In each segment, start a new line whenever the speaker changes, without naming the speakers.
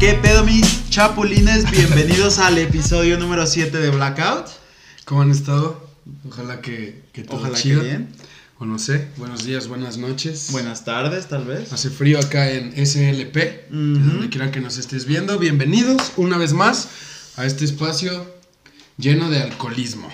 ¿Qué pedo mis chapulines? Bienvenidos al episodio número 7 de Blackout.
¿Cómo han estado? Ojalá que, que todo
Ojalá
chido.
que bien.
O no sé. Buenos días, buenas noches.
Buenas tardes, tal vez.
Hace frío acá en SLP. de
Ujú.
Donde quiera que nos estés viendo. Bienvenidos una vez más a este espacio lleno de alcoholismo.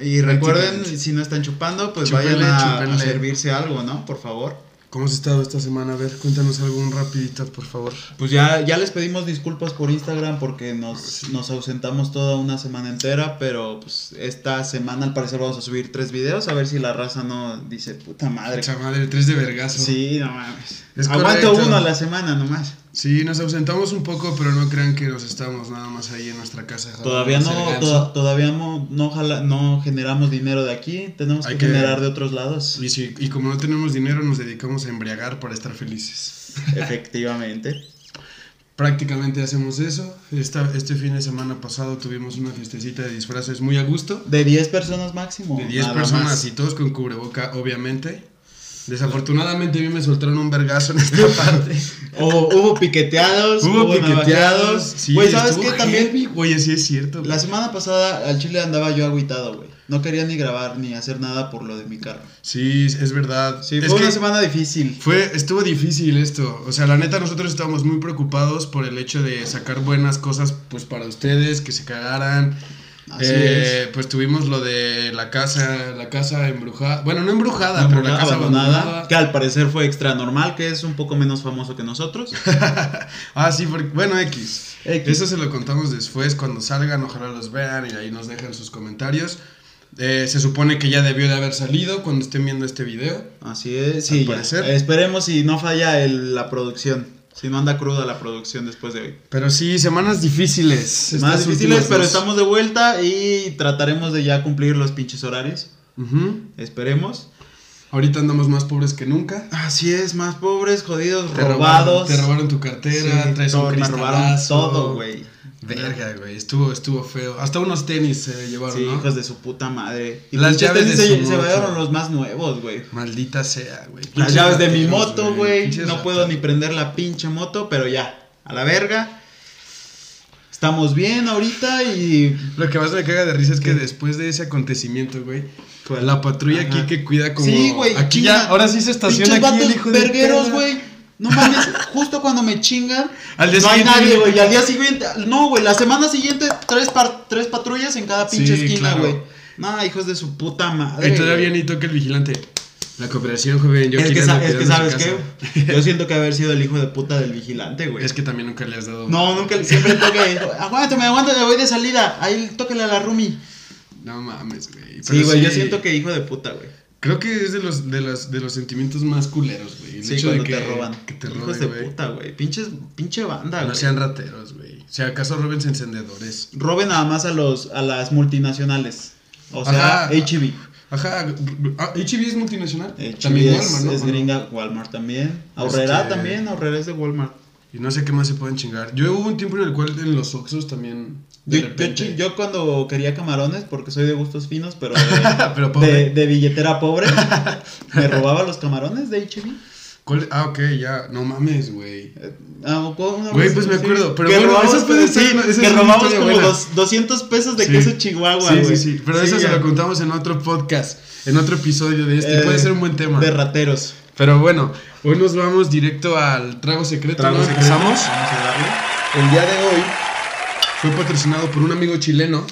Y recuerden,
Prácticamente.
si no están chupando, pues
Chúpenle,
vayan a, a
chúpenle.
servirse algo, ¿no? Por favor.
¿Cómo has estado esta semana? A ver, cuéntanos algo un rapidito, por favor.
Pues ya, ya les pedimos disculpas por Instagram porque nos, nos ausentamos toda una semana entera, pero pues esta semana al parecer vamos a subir tres videos, a ver si la raza no dice puta madre.
Esa madre, tres de vergazo.
Sí, no mames.
Es
Aguanto
correcto.
uno a la semana nomás.
Sí, nos ausentamos un poco, pero no crean que nos estamos nada más ahí en nuestra casa. jalando
Todavía no,
ese ganso.
toda- todavía no, no, jala- no generamos dinero de aquí, tenemos que,
Hay que-
generar de otros lados.
Y, si- y como no tenemos dinero, nos dedicamos a embriagar para estar felices.
Efectivamente.
Prácticamente hacemos eso. Esta- este fin de semana pasado tuvimos una fiestecita de disfraces muy a gusto.
De 10 personas máximo.
De 10
nada
personas
más.
y todos con cubreboca, obviamente. Desafortunadamente a mí me soltaron un vergazo en esta parte.
O- hubo piqueteados,
Hubo piqueteados.
navajeados.
Sí,
Güey, ¿sabes
estuvo
qué? También
heavy, Güey, sí es cierto.
la semana pasada al chile andaba yo agüitado, güey. No quería ni grabar ni hacer nada por lo de mi carro.
Sí, es verdad.
Sí,
Es
fue
que
una semana difícil.
fue- estuvo difícil esto. O sea, la neta, nosotros estábamos muy preocupados por el hecho de sacar buenas cosas pues para ustedes, que se cagaran.
Así
Eh, Pues tuvimos lo de la casa, la casa embrujada. Bueno, no embrujada,
es.
pero la casa abandonada.
que al parecer fue extra normal, que es un poco menos famoso que nosotros.
Ah, sí, porque, bueno, X.
X.
Eso se lo contamos después, cuando salgan, ojalá los vean y ahí nos dejan sus comentarios. Eh, se supone que ya debió de haber salido cuando estén viendo este video.
Así es, sí,
Al
ya.
parecer.
Esperemos si no falla el- la producción. Si no anda cruda la producción después de hoy.
Pero sí, semanas difíciles.
Más
Estas
difíciles,
últimas
pero
dos.
estamos de vuelta y trataremos de ya cumplir los pinches horarios.
Ujú.
Esperemos.
Ahorita andamos más pobres que nunca.
Así es, más pobres, jodidos,
Te
robados.
Robaron, te robaron tu cartera,
Sí,
traes
todo,
un
me robaron
cristalazo.
todo, güey.
Verga, güey. Estuvo, estuvo feo. Hasta unos tenis se llevaron,
Sí,
¿no?
hijos de su puta madre. Y
Las
pinches
llaves
tenis
de
se,
su
se
moto.
llevaron los más nuevos, güey.
Maldita sea, güey.
Las
Pinches
llaves de mi
rateros,
moto, güey.
Pinches
No puedo ni
rateros.
prender la pinche moto, pero ya. A la verga. Estamos bien ahorita y
Lo que más me caga de risa es que después de ese acontecimiento, güey, la patrulla
Ajá.
aquí que cuida como...
Sí, güey.
Aquí
chinga.
ya, ahora sí se estaciona
Pinches
aquí el
vatos
hijo de
vergueros,
perra.
güey. No mames, justo cuando me chingan,
Al día
no hay
siguiente-
nadie, güey. Y al día siguiente, no, güey, la semana siguiente, tres, par- tres patrullas en cada pinche
Sí,
esquina,
claro.
güey. Nah, hijos de su puta madre.
Y todavía
güey.
ni toca el vigilante. La cooperación, joven, yo
es,
aquí
que,
le
sa-
ando
es que
cuidando
sabes
su
qué,
casa.
yo siento que haber sido el hijo de puta del vigilante, güey.
Es que también nunca le has dado...
No, nunca, le- siempre toca, eh, aguántame, aguántame, voy de salida, ahí tóquele a la roomie.
No mames, güey.
Sí,
Pero
güey, yo siento que hijo de puta, güey.
Creo que es de los, de los, de los sentimientos más culeros, güey. El
Sí,
hecho de
cuando
que,
te roban.
Que te
Hijos
roben,
de
güey.
puta, güey. Pinches, pinche banda, güey.
No sean rateros, güey. Si acaso roben encendedores.
roben nada más a los a las multinacionales. O sea,
Ajá.
HB.
Ajá, ah, HB es multinacional.
HB
También
es,
Walmart, ¿no?
es gringa, Walmart también. Aurrera
Este-
también, Aurrera es de Walmart.
Y no sé qué más se pueden chingar. Yo hubo un tiempo en el cual en los Oxxos también.
Yo,
De
yo
repente.
chi- yo cuando quería camarones, porque soy de gustos finos, pero de,
Ah, pero
de-
pobre.
de billetera pobre, me robaba los camarones de HB.
¿Cuál- Ah, ok, ya. No mames, güey.
Ah, ¿cómo una
Güey,
vez?
pues me
Sí.
acuerdo, pero
que
bueno,
robamos,
eso puede
sí,
ser una- esa
que
es una
robamos
historia
como
buena.
dos- 200 pesos de
Sí.
queso chihuahua,
sí,
güey.
sí, sí. Pero eso se
ya.
lo contamos en otro podcast. En otro episodio de este.
Eh,
puede ser un buen tema.
De rateros.
Pero bueno, hoy nos vamos directo al trago secreto. ¿no? Empezamos.
Vamos a darle.
El día de hoy fue patrocinado por un amigo chileno,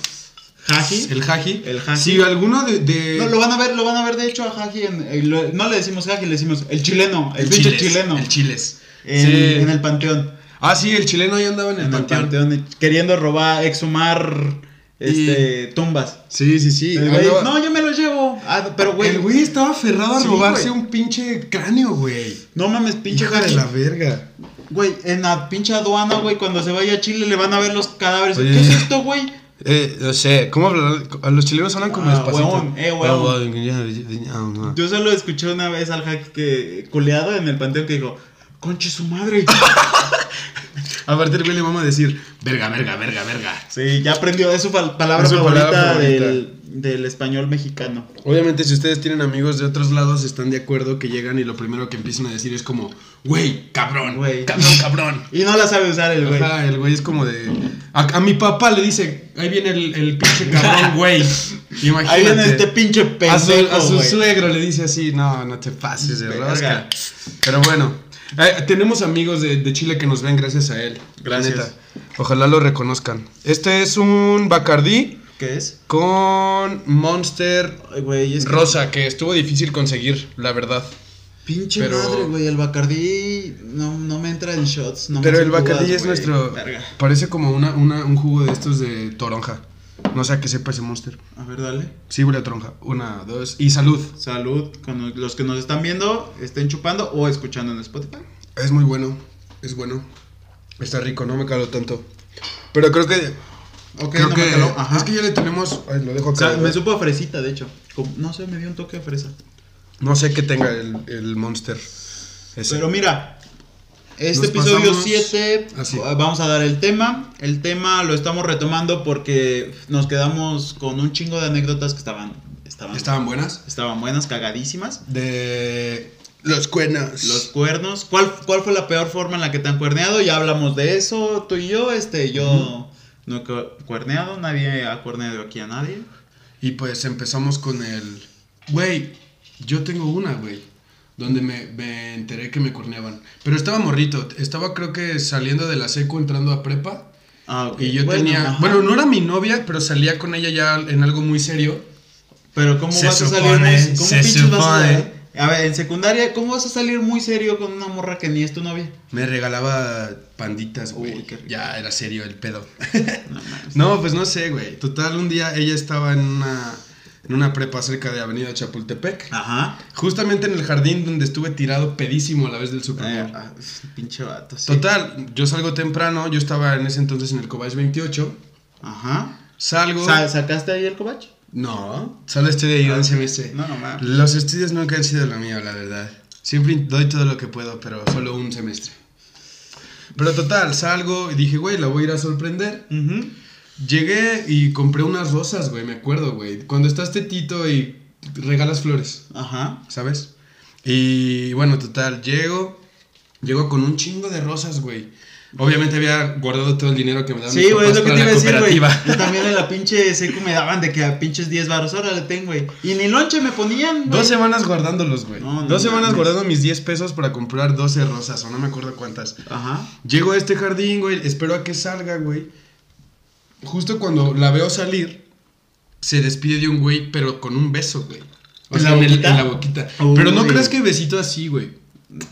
Jaji.
el Jaji.
El Jaji.
Si alguno de. de-
No, lo van a ver, lo van a ver de hecho a Jaji en- eh, lo- no le decimos Jaji, le decimos el chileno, el, pinche
Chiles,
chileno.
El Chiles.
en,
Sí.
en el panteón.
Ah, sí, el chileno ahí andaba en el
En el
panteón.
panteón. eh, Queriendo robar, exhumar este, tumbas.
Sí, sí, sí.
El güey,
andaba-
no, yo me lo llevo. Ah, pero güey.
El güey estaba aferrado a
Sí,
robarse
güey.
un pinche cráneo, güey.
No mames, pinche
Hija de
Jaji.
la verga.
Güey, en la pinche aduana, güey, cuando se vaya a Chile le van a ver los cadáveres.
Oye.
¿Qué es esto, güey?
Eh, no sé, ¿cómo hablar? A los chilenos hablan como
Ah,
despacito. Ah,
huevón, eh,
huevón.
Yo solo escuché una vez al Jaji que culeado en el panteón que dijo, conche su madre.
A partir de le vamos a decir, verga, verga, verga, verga.
Sí, ya aprendió, es su pal- palabra
Es su palabra
favorita,
favorita.
Del, del español mexicano.
Obviamente, si ustedes tienen amigos de otros lados, están de acuerdo que llegan y lo primero que empiezan a decir es como, güey, cabrón,
Güey.
cabrón, cabrón.
Y no la sabe usar el güey.
Ajá, el güey es como de. A, a mi papá le dice, ahí viene el, el pinche cabrón, güey. Imagínate.
Ahí viene este pinche
a su,
pendejo,
a su
güey.
suegro le dice así, no, no te pases de
Verga.
rosca. Pero bueno, eh, tenemos amigos de, de Chile que nos ven gracias a él. la
Gracias.
neta. Ojalá lo reconozcan. Este es un Bacardí
¿Qué es?
con Monster
Ay, güey, es que-
Rosa, que estuvo difícil conseguir, la verdad.
Pinche
Pero-
madre, güey, el Bacardí no, no me entra en shots. No me
Pero
hacen
el Bacardí
jugadas,
es
güey.
nuestro.
Verga.
Parece como una, una- un jugo de estos de toronja. No sé a qué sepa ese Monster.
A ver, dale.
Sí, huele a toronja. Una, dos. Y salud.
Salud con los que nos están viendo, estén chupando o escuchando en Spotify.
Es muy bueno, es bueno. Está rico, no me caló tanto. Pero creo que.
Ok,
creo
no
que
me caló. Ajá.
es que ya le tenemos. Ay, lo
O
dejo ¿eh? acá.
sea, me supo a fresita, de hecho. Como- no sé, me dio un toque de fresa.
No sé qué tenga el, el monster. Ese.
Pero mira, este
Nos
episodio
pasamos
7
así.
vamos a dar el tema. El tema lo estamos retomando porque nos quedamos con un chingo de anécdotas que estaban estaban,
Estaban buenas.
estaban buenas, cagadísimas.
De. Los cuernos.
Los cuernos. ¿Cuál, ¿Cuál fue la peor forma en la que te han cuerneado? Ya hablamos de eso, tú y yo. Este, yo no he cu- cuerneado, nadie ha cuerneado aquí a nadie.
Y pues empezamos con el. Güey, yo tengo una, güey. Donde me, me enteré que me corneaban. Pero estaba morrito. Estaba, creo que saliendo de la secu, entrando a prepa.
Ah, ok.
Y yo
Bueno,
tenía.
ajá.
Eh, Bueno, no era mi novia, pero salía con ella ya en algo muy serio.
Pero ¿cómo
Se
vas a
supone,
salir? muy- ¿Cómo
se
pinches vas a
supone.
A ver, en secundaria, ¿cómo vas a salir muy serio con una morra que ni es tu novia?
Me regalaba panditas,
Uy,
güey.
qué rico.
ya era serio el pedo.
No, mames.
no, pues no sé, güey. Total, un día ella estaba en una, en una prepa cerca de Avenida Chapultepec.
Ajá.
Justamente en el jardín donde estuve tirado pedísimo a la vez del Super
Eh,
Bowl.
ah, pinche vato. sí.
Total, yo salgo temprano. Yo estaba en ese entonces en el Cobach 28.
Ajá.
Salgo.
Sa- ¿Sacaste ahí el cobach?
no, solo estoy de ir al semestre.
Ah, No, no mames.
Los estudios nunca han sido lo mío, la verdad. Siempre doy todo lo que puedo, pero solo un semestre. Pero total, salgo y dije, güey, la voy a ir a sorprender.
Ujú.
Llegué y compré unas rosas, güey, me acuerdo, güey. Cuando estás tetito y regalas flores,
Ajá.
¿sabes? Y bueno, total, llego, llego con un chingo de rosas, güey. Obviamente había guardado todo el dinero que me daban
Sí,
mis
güey, es lo
papás
que
para
te iba a
la
decir, güey.
cooperativa.
Yo También en la pinche secu me daban de que a pinches 10 baros, ahora le tengo, güey. Y ni lonche me ponían, güey.
Dos semanas guardándolos, güey.
No, no
Dos semanas
mames.
guardando mis 10 pesos para comprar 12 rosas, o no me acuerdo cuántas.
Ajá.
Llego a este jardín, güey, espero a que salga, güey. Justo cuando la veo salir, se despide de un güey, pero con un beso, güey.
¿En la
el-
boquita? Oh,
en la boquita.
Uy.
Pero no creas que besito así, güey.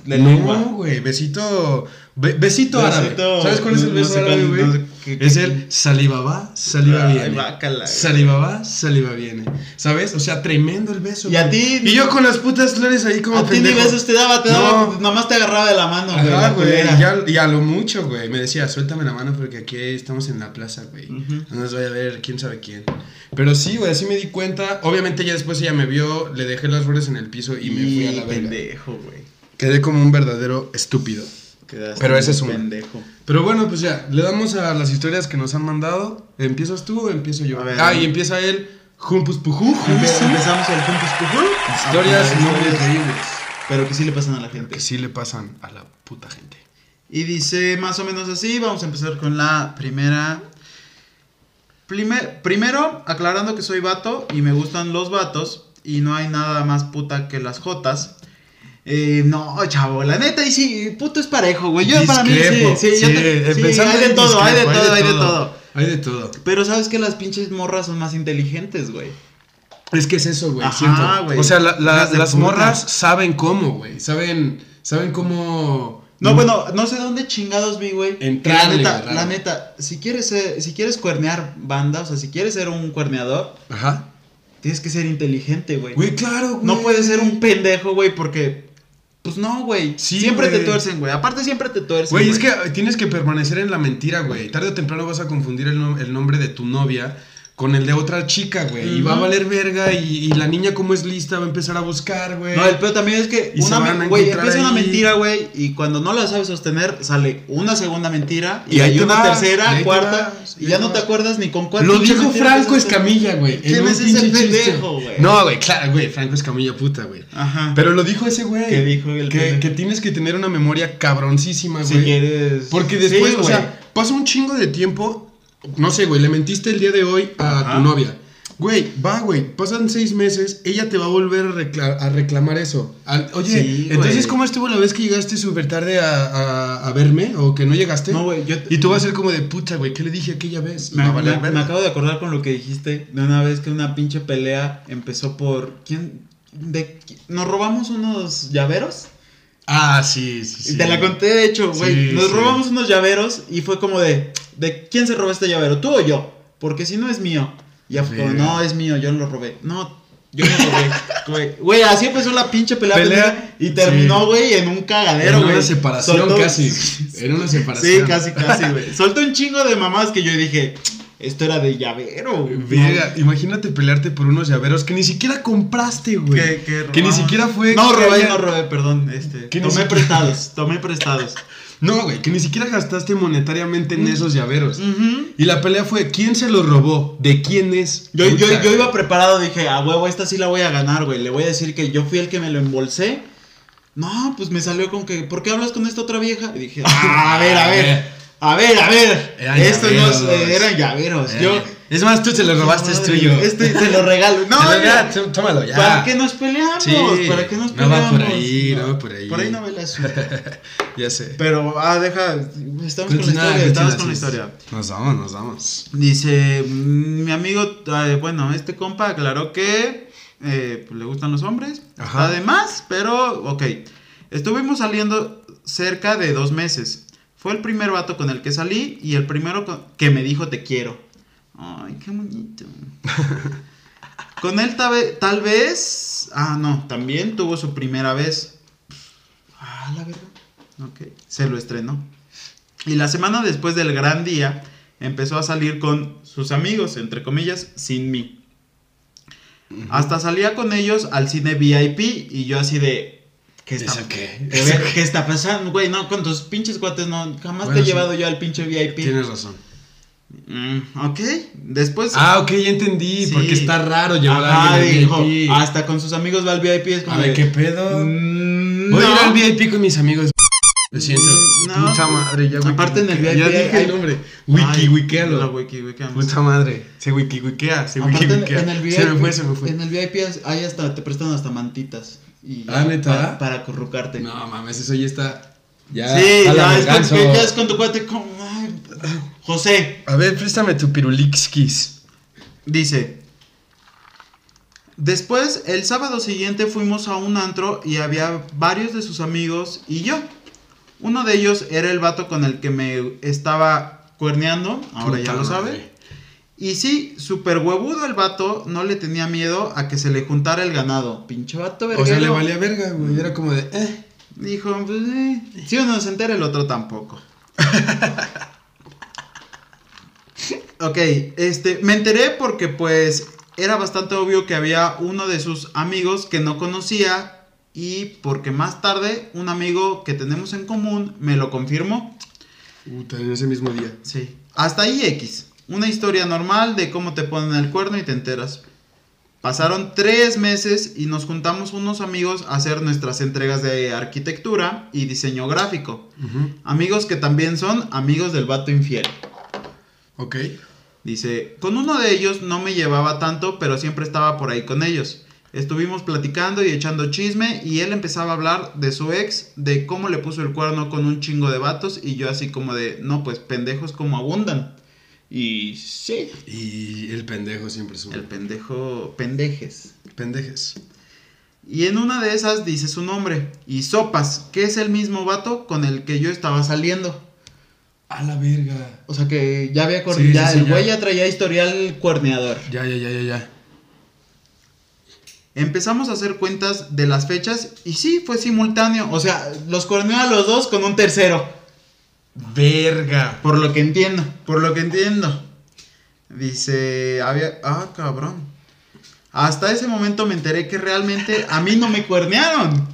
De
no,
lengua.
güey, besito, be- besito,
Besito-
árabe. ¿Sabes cuál es el
no- no
beso
sé cuál-
árabe, güey?
no sé qué-
es
qué-
el saliva va, saliva
Ay,
viene.
guácala, güey.
saliva va, saliva viene. ¿Sabes? O sea, tremendo el beso.
Y a
güey.
ti-
Y yo con las putas flores ahí como
A ti ni
pendejo.
besos te daba, te daba,
No.
nomás te agarraba de la mano, güey.
Ajá,
la
güey,
culera.
y, a- y a lo mucho, güey. Me decía, suéltame la mano porque aquí estamos en la plaza, güey.
Ujú.
No nos vaya a ver quién sabe quién. Pero sí, güey, así me di cuenta. Obviamente ya después ella me vio, le dejé las flores en el piso y me fui a la verga.
pendejo, güey.
Quedé como un verdadero estúpido.
Quedaste
Pero ese
muy
es un-
pendejo.
Pero bueno, pues ya, le damos a las historias que nos han mandado. ¿Empiezas tú o empiezo yo?
A ver.
ah, y empieza él. Jumpus Pujú.
Empe- empezamos el Juntos Pujú.
Ah, Historias
Ah,
no
historias,
increíbles.
Pero que sí le pasan a la gente.
Que sí le pasan a la puta gente.
Y dice más o menos así, vamos a empezar con la primera. Primer- primero, aclarando que soy vato y me gustan los vatos y no hay nada más puta que las jotas. Eh, no, chavo, la neta, y sí, puto es parejo, güey. Pues Yo para mí sí,
Discrepo.
sí, yo te- sí,
empezando
hay de
en
todo, hay de
discrepo,
todo, hay de todo.
Hay de todo.
Pero sabes que las pinches morras son más inteligentes, güey.
Es que es eso, güey.
Ajá,
siento.
güey.
O sea, la- la-
Hijas de
las
puta.
morras saben cómo, güey. Saben, saben cómo.
No, bueno, no sé dónde chingados vi, güey.
Mm. Entrarle,
la neta,
güey, raro.
la neta, si quieres ser- si quieres cuernear banda, o sea, si quieres ser un cuerneador,
Ajá.
tienes que ser inteligente, güey.
Güey, claro, güey.
No puedes ser un pendejo, güey, porque pues no, güey.
Sí,
siempre
güey.
te tuercen, güey. Aparte siempre te tuercen.
Güey, es que tienes que permanecer en la mentira, güey. Tarde o temprano vas a confundir el, nom- el nombre de tu novia con el de otra chica, güey. Y va a valer verga y, y la niña como es lista va a empezar a buscar, güey.
No, el peor también es que
Y se
una,
van
men-
a
güey,
encontrar
empieza una
ahí.
mentira, güey, y cuando no la sabes sostener, sale una segunda mentira, y,
Y ahí
hay
te
una
vas, y
tercera,
ahí te
cuarta,
vas,
y
y
ya
te
no te
vas.
acuerdas ni con cuál
Lo
pinche
dijo
mentira
Franco
empezaste.
Escamilla, güey.
¿Quién
en un
es ese
pinche chiste.
pendejo, güey?
No, güey, claro, güey. Franco Escamilla, puta, güey.
Ajá.
Pero lo dijo ese güey.
¿Qué dijo el
que,
pendejo?
que tienes que tener una memoria cabroncísima,
si
güey.
quieres.
Porque después,
Sí,
o
güey.
sea, pasa un chingo de tiempo. No sé, güey, le mentiste el día de hoy a
Ajá.
tu novia. Güey, va, güey, pasan seis meses, ella te va a volver a, recla- a reclamar eso. Al- oye,
Sí, güey.
entonces, ¿cómo estuvo la vez que llegaste súper tarde a, a- a verme o que no llegaste?
No, güey, yo.
Y tú vas a ser como de puta, güey, ¿qué le dije aquella vez? Y
Me,
va a valer
me-
verga.
me acabo de acordar con lo que dijiste de una vez que una pinche pelea empezó por. ¿Quién? De, ¿Nos robamos unos llaveros?
Ah, sí, sí,
Y
sí.
Te la conté, de hecho, güey.
Sí,
Nos
sí.
robamos unos llaveros y fue como de, ¿de quién se robó este llavero? ¿Tú o yo? Porque si no es mío. Y ya fue como,
Verga.
no, es mío, yo no lo robé. No, yo no lo robé. Güey, Güey, así empezó la pinche pelea.
Pelea.
pendeja, Y terminó,
Sí.
güey, en un
Era
cagadero, güey.
una separación
Soltó-
casi. Era una separación.
Sí, casi, casi, güey. Soltó un chingo de mamás que yo dije, esto era de llavero, güey.
Verga, imagínate pelearte por unos llaveros que ni siquiera compraste, güey.
Que,
Que ni siquiera fue
No,
que
robé,
haya-
no robé, perdón. Este,
Que ni
tomé
siquiera-
prestados, tomé prestados.
No, güey, que ni siquiera gastaste monetariamente en
Mm.
esos llaveros.
Ujú.
Y la pelea fue, ¿quién se los robó? ¿De quién es?
Yo, yo,
Puta,
yo iba
güey.
preparado, dije, a huevo, esta sí la voy a ganar, güey. Le voy a decir que yo fui el que me lo embolsé. No, pues me salió con que, ¿por qué hablas con esta otra vieja? Y dije, "Ah, a ver, a ver, a ver, a ver.
Eran
Estos no es-
llaveros.
eh, eran llaveros.
Eh,
Yo,
Es más, tú te los robaste, es tuyo.
Este te lo regalo. No,
Te lo-
ya,
ya, tú- tómalo ya.
¿para qué nos peleamos?
Sí,
¿Para qué nos
no
peleamos?
va por ahí, no va por ahí.
Por ahí no ve la suya.
Ya sé.
Pero, ah, deja, estamos con la
Continúa,
historia, estamos
continúa,
con la
sí,
historia.
sí. Nos vamos, nos vamos.
Dice, mm, mi amigo, eh, bueno, este compa aclaró que eh, pues, le gustan los hombres.
Ajá.
Además, pero, ok. Estuvimos saliendo cerca de dos meses. Fue el primer vato con el que salí y el primero con- que me dijo te quiero. Ay, qué bonito. con él tal, ve- tal vez... Ah, no, también tuvo su primera vez. Ah, la verdad. Ok, se lo estrenó. Y la semana después del gran día, empezó a salir con sus amigos, entre comillas, sin mí. Hasta salía con ellos al cine VIP y yo así de... ¿Qué está,
¿Eso qué?
¿Qué, ver- qué está pasando, güey? No, con tus pinches cuates no, jamás
Bueno,
te he
sí.
llevado yo al pinche VIP.
Tienes razón.
Mm, ok, después...
Ah, ok, ya entendí.
Sí.
Porque está raro llevar a
Ajá,
alguien
dijo, "Ah,
al VIP.
hasta con sus amigos va al VIP, es como
A ver,
de,
¿qué pedo?
mm,
Voy a ir
no.
al VIP con mis amigos. Lo siento.
No.
Puta madre, ya
Aparte en el
wiki-
VIP
Ya dije
hay-
el nombre.
Ay,
Wiki,
la
wikéalo.
wiki, wikéalo.
Puta madre. Se wiki, wikea. Se wiki,
Aparte, en-
wikea.
en el VIP,
Se me fue, se me fue.
En el VIP es- ahí hasta te prestan hasta mantitas. Y
Ah, ¿neta?
Para, para acurrucarte.
No mames, eso ya está. Ya.
sí,
a la
ya es, con,
venganza.
que ya es con tu cuate. Con, ay, José
A ver, préstame tu pirulixquis.
dice. Después, el sábado siguiente fuimos a un antro y había varios de sus amigos y yo. Uno de ellos era el vato con el que me estaba cuerneando, ahora ya
Puta
lo sabe.
madre.
Y sí, super huevudo el vato, no le tenía miedo a que se le juntara el ganado. Pinche vato,
O sea, le
verguero.
valía verga, güey. Era como de, eh.
Dijo, pues, eh, si uno se entera, el otro tampoco. ok, este, me enteré porque pues era bastante obvio que había uno de sus amigos que no conocía y porque más tarde un amigo que tenemos en común me lo confirmó.
Puta, en ese mismo día.
Sí. Hasta ahí X. Una historia normal de cómo te ponen el cuerno y te enteras. Pasaron tres meses y nos juntamos unos amigos a hacer nuestras entregas de arquitectura y diseño gráfico.
Ujú.
Amigos que también son amigos del vato infiel.
Ok.
Dice, con uno de ellos no me llevaba tanto, pero siempre estaba por ahí con ellos. Estuvimos platicando y echando chisme y él empezaba a hablar de su ex, de cómo le puso el cuerno con un chingo de vatos y yo así como de, no, pues pendejos como abundan. Y sí.
Y el pendejo siempre es
El
un.
pendejo, pendejes.
Pendejes.
Y en una de esas dice su nombre, y Sopas, que es el mismo vato con el que yo estaba saliendo.
A la verga.
O sea que ya había
Sí, sí,
coordinado,
sí,
el
ya.
güey ya traía historial cuerneador.
Ya, ya, ya, ya, ya.
Empezamos a hacer cuentas de las fechas y sí, fue simultáneo. O sea, los cuerneó a los dos con un tercero.
Verga.
Por lo que entiendo, por lo que entiendo. Dice, había, ah, cabrón. Hasta ese momento me enteré que realmente a mí no me cuernearon.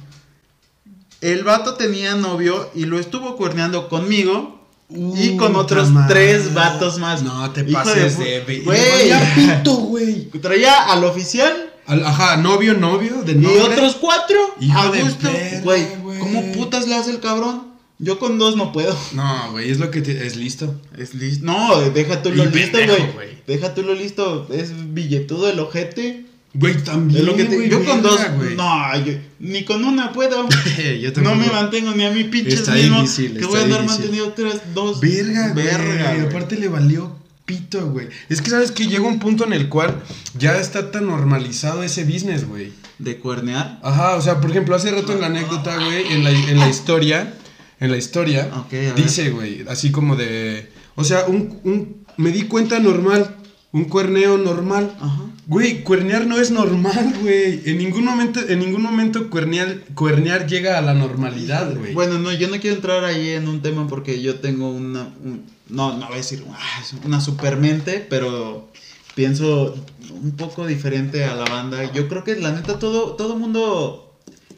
El vato tenía novio y lo estuvo cuerneando conmigo y con
Puta
otros
madre.
tres vatos más.
No te
Hijo
pases
pu-
de... ve-
Güey.
Ya pito, güey.
Traía al oficial
Al- Ajá, novio, novio, de
y
nombre.
otros cuatro.
Hijo
a
de
gusto.
perra,
Güey,
güey.
¿cómo putas le hace el cabrón? Yo con dos no puedo.
No, güey, es lo que te- es listo.
Es lis- No, deja tú lo
Y
listo,
pendejo,
güey.
güey.
Deja tú lo listo. Es billetudo el ojete.
Güey,
Es
también.
lo que te-
güey,
Yo con dos.
verga, güey.
No, yo- ni con una puedo.
yo
No
tampoco.
me mantengo ni a mi pinche
Está
mismo.
difícil,
que
está
voy a andar
difícil.
mantenido tres, dos.
Verga, güey.
Verga,
Y
güey.
aparte le valió pito, güey. Es que sabes que llega un punto en el cual ya está tan normalizado ese business, güey.
De cuernear.
Ajá, o sea, por ejemplo, hace rato en la anécdota, güey, en la, en la historia, en la historia,
Ok, a ver.
dice, güey, así como de, o sea, un, un, me di cuenta normal, un cuerneo normal.
Ajá.
Güey, cuernear no es normal, güey. En ningún momento, en ningún momento cuernear, cuernear llega a la normalidad, güey.
Bueno, no, yo no quiero entrar ahí en un tema porque yo tengo una. un- no, no voy a decir ah, es una supermente, pero pienso un poco diferente a la banda. Yo creo que la neta, todo, todo mundo.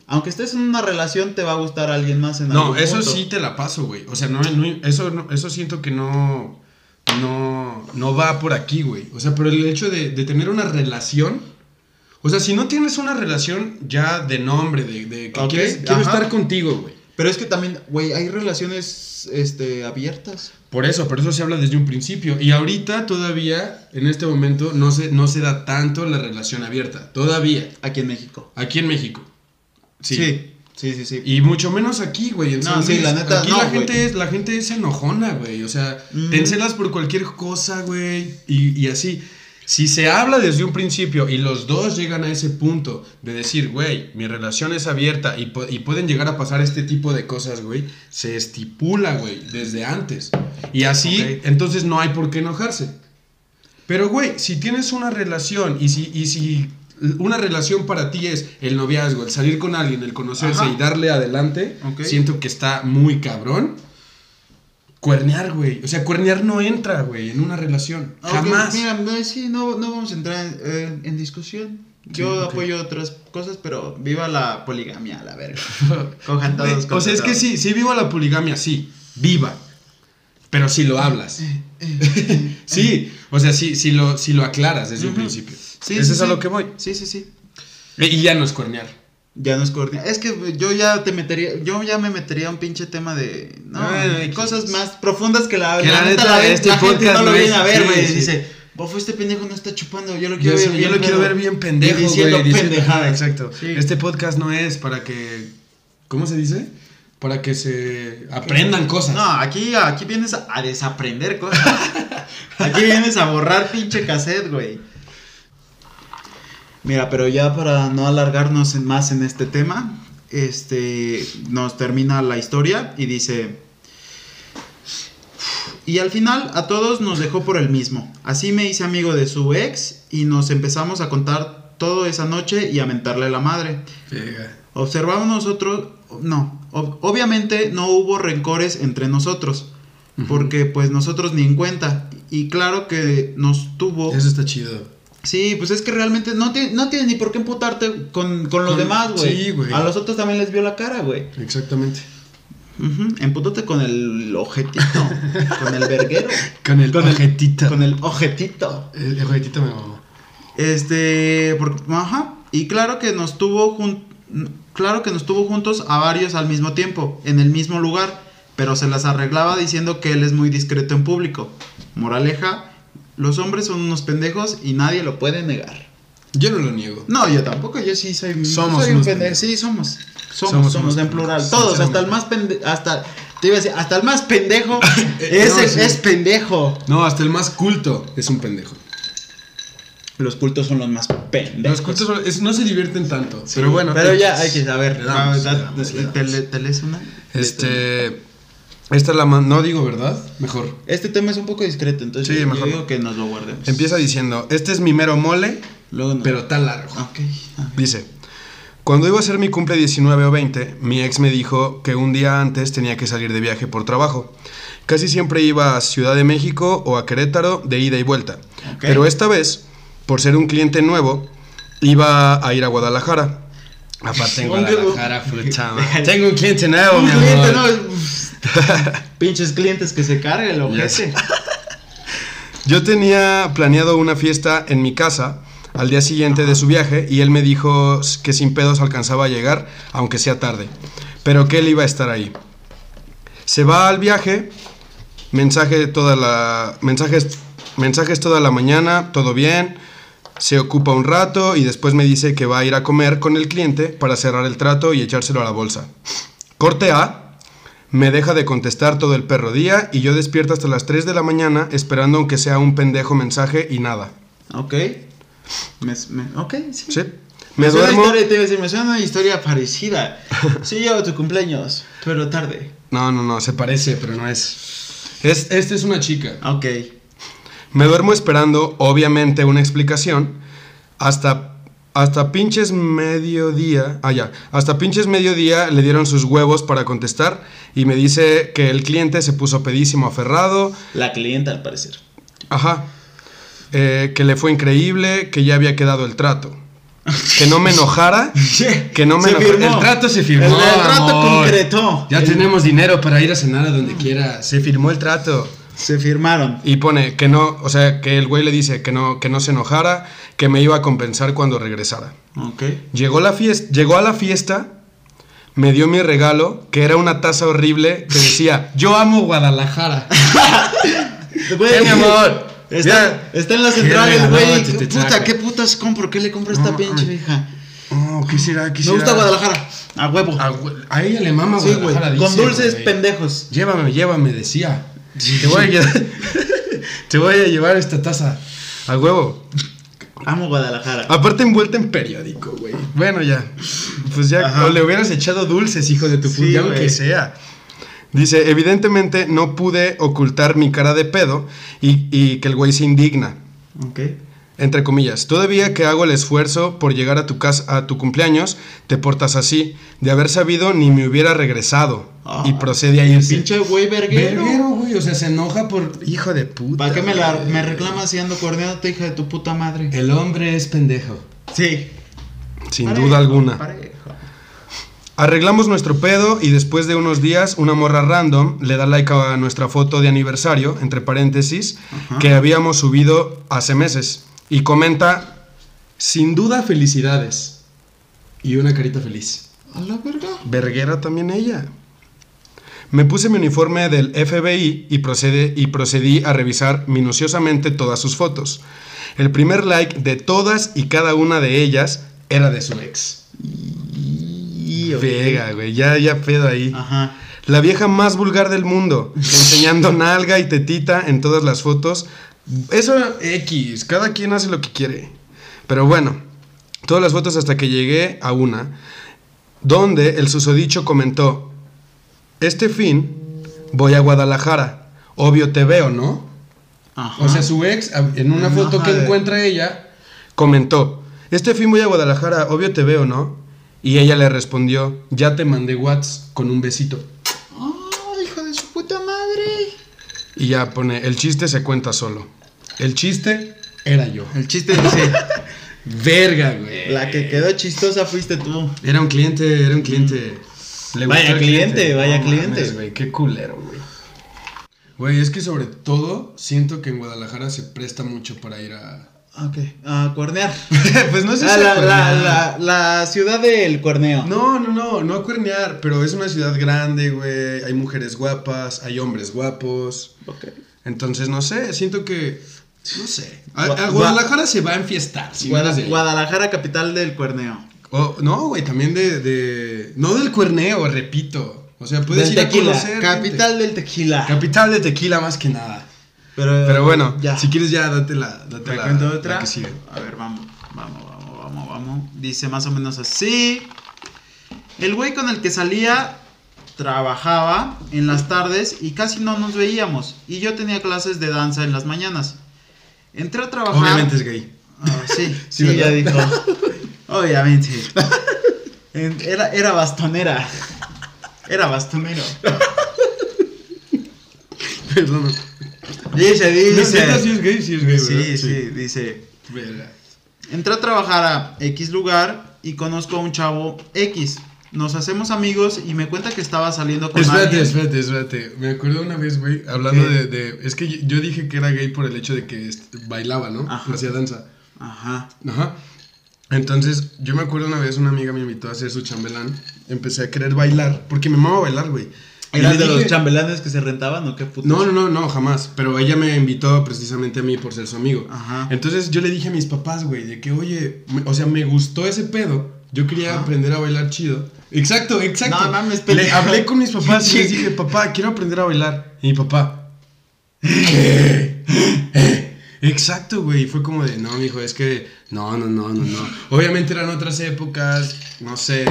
Aunque estés en una relación, te va a gustar alguien más en
No,
algún
eso
punto.
sí te la paso, güey. O sea, no, no- eso, no- eso siento que no, no, no va por aquí, güey. O sea, pero el hecho de, de tener una relación, o sea, si no tienes una relación ya de nombre, de, de que
Ok,
quieres, quiero
ajá.
estar contigo, güey.
Pero es que también, güey, hay relaciones este, abiertas.
Por eso, por eso se habla desde un principio. Y ahorita todavía, en este momento, no se, no se da tanto la relación abierta. Todavía.
Aquí en México.
Aquí en México.
Sí, sí, sí. sí.
Y mucho menos aquí, güey. en
No,
San
sí,
Luis.
la neta,
Aquí
no,
la,
güey.
gente es, la gente es enojona, güey. O sea,
Mm.
te encelas por cualquier cosa, güey. Y, y así. Si se habla desde un principio y los dos llegan a ese punto de decir, güey, mi relación es abierta y, pu- y pueden llegar a pasar este tipo de cosas, güey, se estipula, güey, desde antes. Y así,
Ok.
entonces no hay por qué enojarse. Pero, güey, si tienes una relación y si, y si una relación para ti es el noviazgo, el salir con alguien, el conocerse
Ajá.
y darle adelante,
Ok.
siento que está muy cabrón. Cuernear, güey. O sea, cuernear no entra, güey, en una relación.
Ah, ok,
Jamás.
Mira, no, sí, no, no vamos a entrar en, eh, en discusión. Yo
Sí, ok.
apoyo otras cosas, pero viva la poligamia, la verga. Cojan todos.
Güey, o sea,
cojan
es que
todos.
sí, sí viva la poligamia, sí. Viva. Pero si lo hablas.
eh,
Sí, o sea, sí, si lo, si lo aclaras desde un
Ujú.
principio.
Sí,
Eso
sí,
es a
sí.
lo que voy.
Sí, sí, sí.
Y ya no es cuernear.
Ya no es coordinar. Es que yo ya te metería, yo ya me metería a un pinche tema de no,
Ay,
de
X.
cosas más profundas que la,
Que la neta,
ve-
este
gente
podcast
no lo
no
viene
es-
a ver,
sí,
güey.
sí.
Dice, bofo, este pendejo no está chupando, yo lo
Yo,
quiero ver
sí,
bien.
yo lo quiero
pedo".
ver bien pendejo,
Y diciendo
güey, diciendo-
pendejadas.
Exacto.
Sí.
Este podcast no es para que. ¿Cómo se dice? Para que se aprendan cosas.
No, aquí, aquí vienes a desaprender cosas. aquí vienes a borrar pinche cassette, güey. Mira, pero ya para no alargarnos en- más en este tema, este nos termina la historia y dice y al final a todos nos dejó por el mismo. Así me hice amigo de su ex y nos empezamos a contar todo esa noche y a mentarle la madre.
Verga.
Observamos nosotros, no, ob- obviamente no hubo rencores entre nosotros,
Ujú.
porque pues nosotros ni en cuenta, y claro que nos tuvo...
Eso está chido.
Sí, pues es que realmente no, tiene- no tienes ni por qué emputarte con, con los
Con-
demás, güey.
sí, güey.
A los otros también les vio la cara, güey.
Exactamente.
Ujú, Empútate con el ojetito, con el verguero,
Con el
Con el-
ojetito.
con el ojetito.
El, el ojetito me mamó.
Este, por- ajá, y claro que nos tuvo jun- claro que nos tuvo juntos a varios al mismo tiempo, en el mismo lugar, pero se las arreglaba diciendo que él es muy discreto en público. Moraleja, los hombres son unos pendejos y nadie lo puede negar.
Yo no lo niego.
No, yo tampoco, yo sí soy
Somos
soy un
unos
pendejo.
pendejos.
Sí, somos. Somos, somos,
Somos unos
en
pendejos,
plural, todos, hasta el
sinceramente.
más pendejo, hasta te iba a decir, hasta el más pendejo
Eh,
es,
no, sí.
es pendejo.
No, hasta el más culto es un pendejo.
Los cultos son los más pendejos.
Los cultos son- es- no se divierten tanto. pero bueno.
Pero
eh,
ya hay que saber. Ah,
le damos, le damos, le
¿Te,
damos.
le- te lees una?
Este. Esta la man- No digo, ¿verdad? Mejor.
Este tema es un poco discreto, entonces
Sí,
yo
mejor.
digo que nos lo guardemos.
Empieza diciendo: Este es mi mero mole,
Luego no. ah,
pero tan largo.
Ok. a ver.
Dice, Cuando iba a ser mi cumple 19 o 20, mi ex me dijo que un día antes tenía que salir de viaje por trabajo. Casi siempre iba a Ciudad de México o a Querétaro de ida y vuelta.
Ok.
Pero esta vez, por ser un cliente nuevo, iba a ir a Guadalajara. Aparte en
Un cli-
Guadalajara, flechado. Tengo un cliente nuevo,
Un
mi
cliente,
amor.
no. Pinches clientes que se cargue el
Ya
ojete.
sé. Yo tenía planeado una fiesta en mi casa al día siguiente de su viaje y él me dijo que sin pedos alcanzaba a llegar, aunque sea tarde, pero que él iba a estar ahí. Se va al viaje, mensaje toda la, mensajes, mensajes toda la mañana, todo bien, se ocupa un rato y después me dice que va a ir a comer con el cliente para cerrar el trato y echárselo a la bolsa. Corte A, me deja de contestar todo el perro día y yo despierto hasta las 3 de la mañana esperando aunque sea un pendejo mensaje y nada.
Ok. Me, me- ok, sí.
¿Sí? Me
suena
duermo.
Historia, te iba a decir, me suena una historia parecida. Sí, llevo tu cumpleaños, pero tarde.
No, no, no, se parece, pero no es. es esta es una chica.
Ok.
Me duermo esperando, obviamente, una explicación hasta. Hasta pinches mediodía, ah ya, hasta pinches mediodía le dieron sus huevos para contestar y me dice que el cliente se puso pedísimo aferrado,
La clienta, al parecer.
Ajá. Eh, que le fue increíble, que ya había quedado el trato. Que no me enojara. Que no me
se
enojé.
firmó.
El trato se firmó,
El, el trato
amor.
concretó. El-
dinero para ir a cenar a donde quiera. Se firmó el trato.
Se firmaron.
Y pone que no, o sea, que el güey le dice que no, que no se enojara, que me iba a compensar cuando regresara.
Ok.
Llegó, la fies- llegó a la fiesta, me dio mi regalo, que era una taza horrible que decía, yo amo Guadalajara.
Güey,
Sí, mi amor.
Está,
Ya.
está en las
Qué
entradas,
regalote
güey.
te
¿Qué Puta,
traje.
¿qué putas compro? ¿Qué le compro a esta
No,
pinche
ay.
vieja?
Oh, ¿qué será? ¿Qué
Me gusta Guadalajara. A huevo.
A, hue- a ella le mama
sí, güey.
Guadalajara,
Con
dice,
dulces
güey.
pendejos.
Llévame, llévame, decía. Te voy, a, lle- te voy a llevar esta taza. A huevo.
Amo Guadalajara.
Aparte envuelta en periódico, güey. Bueno, ya. Pues ya,
Ajá.
o le hubieras echado dulces, hijo de tu
Sí,
puta, ya lo
güey.
que sea. Dice, evidentemente no pude ocultar mi cara de pedo y, y que el güey se indigna.
Ok.
Entre comillas, todavía que hago el esfuerzo por llegar a tu casa a tu cumpleaños, te portas así. De haber sabido, ni me hubiera regresado.
Ah.
y procede a irse.
Pinche güey verguero.
Verguero, güey, o sea, se enoja por hijo de puta.
¿Para qué me, la,
güey.
me reclamas si ando coordinándote, hija de tu puta madre?
El hombre es pendejo.
Sí.
Sin
Parejo,
duda alguna.
parejo.
Arreglamos nuestro pedo y después de unos días una morra random le da like a nuestra foto de aniversario, entre paréntesis,
Ajá.
que habíamos subido hace meses y comenta, sin duda felicidades. Y una carita feliz.
A la verga.
Verguera también ella. Me puse mi uniforme del FBI y, procede- y procedí a revisar minuciosamente todas sus fotos. El primer like de todas y cada una de ellas era de su ex.
Y...
Vega, güey, ya, ya pedo ahí.
Ajá.
La vieja más vulgar del mundo, enseñando nalga y tetita en todas las fotos. Eso X, cada quien hace lo que quiere. Pero bueno, todas las fotos hasta que llegué a una, donde el susodicho comentó, este fin voy a Guadalajara, obvio te veo, ¿no?
Ajá.
O sea, su ex, a- en una foto
Ajá,
que
de-
encuentra ella, comentó, este fin voy a Guadalajara, obvio te veo, ¿no? Y ella le respondió, ya te mandé Whats con un besito.
Ah, hijo de su puta madre.
Y ya pone, el chiste se cuenta solo. El chiste era yo.
El chiste dice,
Verga, güey.
la que quedó chistosa fuiste tú.
Era un cliente, era un cliente. Le gustó
Mm. Vaya
al
cliente, vaya cliente.
güey, qué culero, güey. Güey, es que sobre todo siento que en Guadalajara se presta mucho para ir a...
Ok, a cuernear.
pues no sé
Ah,
si a
la, la, la,
cuernear.
la ciudad del cuerneo.
No, no, no, no a cuernear, pero es una ciudad grande, güey. Hay mujeres guapas, hay hombres guapos.
Ok.
Entonces, no sé, siento que. No sé. A,
Gua-
a Guadalajara se va a enfiestar. sin
Guada-
duda de-
Guadalajara, capital del cuerneo.
Oh, no, güey, también de, de- No del cuerneo, repito. O sea, puedes
del
ir
tequila,
a conocer.
capital
gente.
del tequila.
Capital de tequila más que nada.
pero,
Pero bueno,
ya.
si quieres ya date la. Date
¿Te
la-
cuento
la
otra?
que sigue.
A ver, vamos, vamos, vamos, vamos, vamos. Dice más o menos así. El güey con el que salía trabajaba en las tardes y casi no nos veíamos. Y yo tenía clases de danza en las mañanas. Entré a trabajar.
Obviamente es gay.
Ah, sí, sí,
Sí,
ya dijo.
¿verdad?
Obviamente. En- Era, era bastonera. Era bastonero.
Perdón.
Dice,
Neta, sí
dice.
es gay, sí es gay, ¿verdad?
Sí, sí, dice.
Verga.
Entré a trabajar a X lugar y conozco a un chavo X. Nos hacemos amigos y me cuenta que estaba saliendo con
Espérate,
alguien.
espérate, espérate. Me acuerdo una vez, güey, hablando
¿Qué?
de, de- Es que yo- yo dije que era gay por el hecho de que este, bailaba, ¿no?
Ajá.
Hacía danza.
Ajá.
Ajá. Entonces, yo me acuerdo una vez una amiga me invitó a hacer su chambelán. Empecé a querer bailar, porque me mamaba bailar, güey. Y
¿Eras
le
de los
dije-
chambelanes que se rentaban o qué puto?
No, no, no, no, jamás. Pero ella me invitó precisamente a mí por ser su amigo.
Ajá.
Entonces yo le dije a mis papás, güey, de que, oye, me- o sea, me gustó ese pedo. Yo quería
Ajá.
aprender a bailar chido. Exacto, exacto.
No mames,
Le
pendejo.
hablé con mis papás y les dije, papá, quiero aprender a bailar. Y mi papá. "¿Qué? Eh". Exacto, güey. Y fue como de, no, hijo, es que. No, no, no, no, no. Obviamente eran otras épocas, no sé.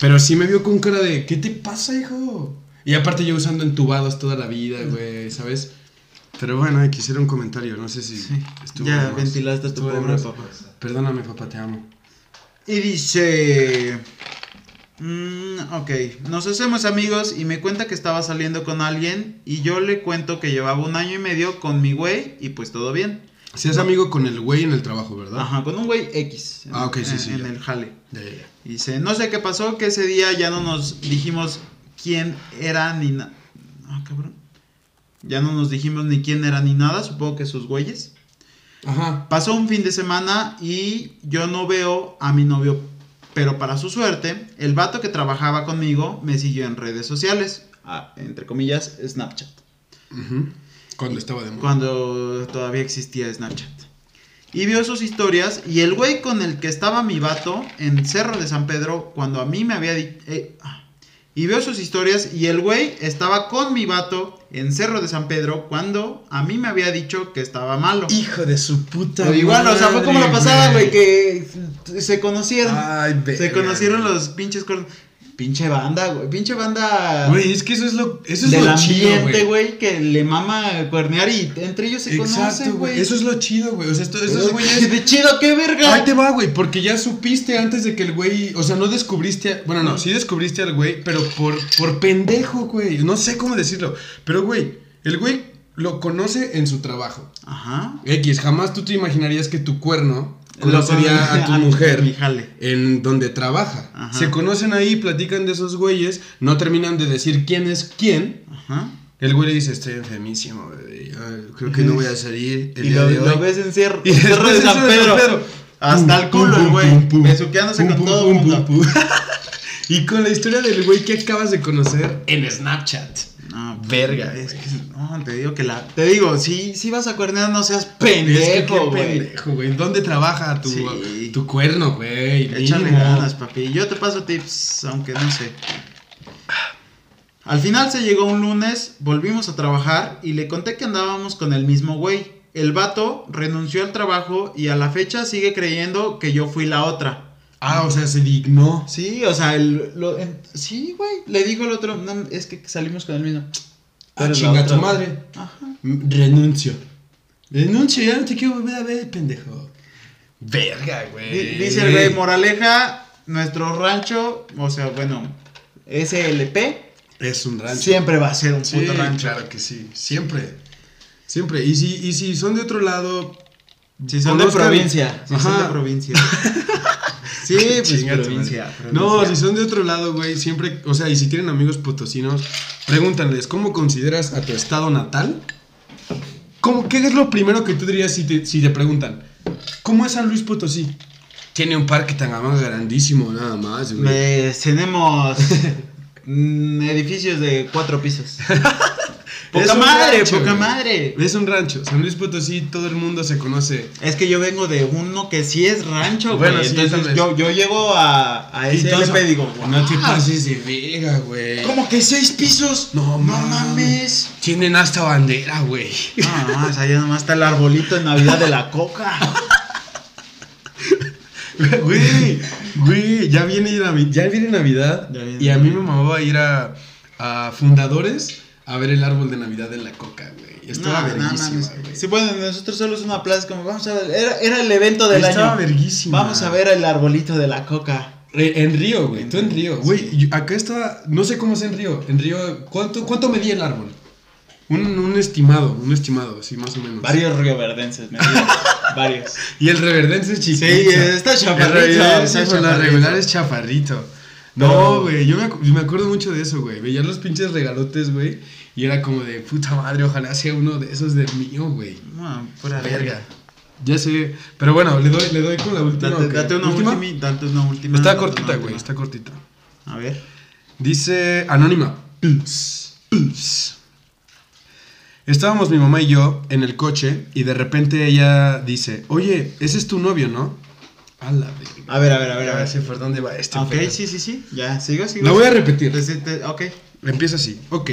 Pero sí me vio con cara de, ¿qué te pasa, hijo? Y aparte yo usando entubados toda la vida, güey, ¿sabes? Pero bueno, eh, quisiera un comentario, no sé si
Sí.
estuvo
Ya
de más.
ventilaste a tu
Estuvo de
pobre
más.
papá.
Perdóname, papá, te amo.
Y dice... mm, ok, nos hacemos amigos y me cuenta que estaba saliendo con alguien y yo le cuento que llevaba un año y medio con mi güey y pues todo bien.
Seas amigo con el güey en el trabajo, ¿verdad?
Ajá, con un güey X. en-
Ah, ok, sí,
en-
sí,
En
ya.
el jale.
Ya, ya, ya.
Y Dice, no sé qué pasó, que ese día ya no nos dijimos quién era ni nada. Ah, cabrón. Ya no nos dijimos ni quién era ni nada, supongo que sus güeyes.
Ajá.
Pasó un fin de semana y yo no veo a mi novio, pero para su suerte, el vato que trabajaba conmigo me siguió en redes sociales, ah, entre comillas, Snapchat,
Ujú. Cuando estaba de moda.
cuando todavía existía Snapchat. Y vio sus historias y el güey con el que estaba mi vato en Cerro de San Pedro, cuando a mí me había dicho... y vio sus historias y el güey estaba con mi vato en Cerro de San Pedro cuando a mí me había dicho que estaba malo.
Hijo de su puta.
Pero igual, o sea, fue como la
madre,
pasada, güey, que se conocieron.
Ay,
se
verga,
conocieron
güey.
los pinches cor- Pinche banda, güey. Pinche banda
Güey, es que eso es lo. Eso es
del
lo chido,
ambiente,
güey.
güey, que le mama cuernear y entre ellos se
Exacto,
conocen,
güey.
güey.
Eso es lo chido, güey. O sea, esto, esos
Pero,
güeyes.
De chido, qué verga.
Ahí te va, güey, porque ya supiste antes de que el güey, o sea, no descubriste, a- bueno, no, sí descubriste al güey, pero por, por pendejo, güey, no sé cómo decirlo, pero güey, el güey lo conoce en su trabajo.
Ajá.
X, jamás tú te imaginarías que tu cuerno conocería a tu
mi- mi
mujer
jale.
en donde trabaja.
Ajá.
Se conocen ahí, platican de esos güeyes, no terminan de decir quién es quién.
Ajá.
El güey le dice, estoy enfermísimo, bebé, ay, creo que no voy a salir el
y
día
lo,
de hoy.
lo ves en Cerro,
Y
en Cerro
después
de San Pedro. Hasta el culo, el güey, besuqueándose con todo el mundo.
y con la historia del güey que acabas de conocer en Snapchat.
No,
Verga,
Es
güey.
que, no, te digo que la. Te digo, si, si vas a cuernear, no seas
Es que qué
pendejo, güey.
pendejo, güey. ¿Dónde trabaja tu,
Sí.
tu cuerno, güey?
Échale
Mínimo.
ganas, papi. Yo te paso tips, aunque no sé. Al final se llegó un lunes, volvimos a trabajar y le conté que andábamos con el mismo güey. El vato renunció al trabajo y a la fecha sigue creyendo que yo fui la otra.
Ah, o sea, se dignó.
Sí, o sea, el, lo- en- sí, güey. Le dijo el otro, "No, es que salimos con el mismo.
Ah,
Pero
chinga
la
tu
otra-
madre.
Ajá.
Mm, Renuncio. Renuncio, ya no te quiero volver a ver, pendejo. Verga,
Di-
Eh, güey.
Dice el güey, moraleja, nuestro rancho, o sea, bueno, SLP,
Es un rancho.
siempre va a ser un puto
Sí,
rancho.
claro que sí. Siempre. Siempre. Y si, y si son de otro lado.
Si son de
conozcan-
provincia, si son de
Ajá.
provincia. Sí, pues
Chinga tu
provincia,
madre.
provincia.
No, si son de otro lado, güey, siempre, o sea, y si tienen amigos potosinos, pregúntales, ¿cómo consideras a tu estado natal? ¿Cómo, ¿Qué es lo primero que tú dirías si te, si te preguntan? ¿Cómo es San Luis Potosí? Tiene un parque tan amado, grandísimo, nada más, güey.
Me- tenemos mm, edificios de cuatro pisos.
Es
poca
un
madre,
rancho,
poca
güey.
madre.
Es un rancho, San Luis Potosí, todo el mundo se conoce.
Es que yo vengo de uno que sí es rancho,
Bueno,
güey.
sí, tal
Entonces
vez.
yo, yo llego a, a
Y todo-
SLP y digo,
No te
"Wow,
pases de vega, güey.
¿Cómo que seis pisos?
No mames. Tienen hasta bandera, güey.
Ah, o sea, ya nomás está el arbolito en Navidad de la coca.
Güey, güey, ya viene, Navi- ya viene Navidad
Ya viene
y a mí me
Navidad.
mamaba ir a, a Fundadores a ver el árbol de Navidad de la Coca, güey. Estaba
No, no
verguísima,
mames.
güey.
Sí, bueno, nosotros solo es una plaza como, vamos a ver, era, era el evento del
Estaba
año.
verguísima.
Vamos a ver el arbolito de la coca.
Eh, En Río, güey.
En
Tú en
Río,
Río. Güey, yo- acá está. No sé cómo es en Río. En Río. ¿Cuánto, cuánto medía el árbol? Un, un estimado, un estimado, así más o menos.
Varios rioverdenses, me digo. Varios.
Y el reverdense es chiquito.
Sí, está chaparrito,
El reverdense,
está
hijo, la
chaparrito.
regular es chaparrito.
Pero-
No, güey, yo me, acu- me acuerdo mucho de eso, güey. Veía los pinches regalotes, güey. Y era como de puta madre, ojalá sea uno de esos del mío, güey.
No, pura
La verga. Ya sé. Pero bueno, le doy, le doy con la última.
Date,
¿o qué?
date una
¿Última?
última. Date una última.
Está
date una
cortita, güey,
última.
está cortita.
A ver.
Dice Anónima. Pulse, pulse. Estábamos mi mamá y yo en el coche y de repente ella dice, oye, ese es tu novio, ¿no? A la verga.
A ver, a ver, a ver, a ver.
sé por dónde va este.
ok,
pedo.
sí, sí, sí. Ya, sigo, sigo.
La voy a repetir.
Te- te- Ok.
Empieza así. Ok.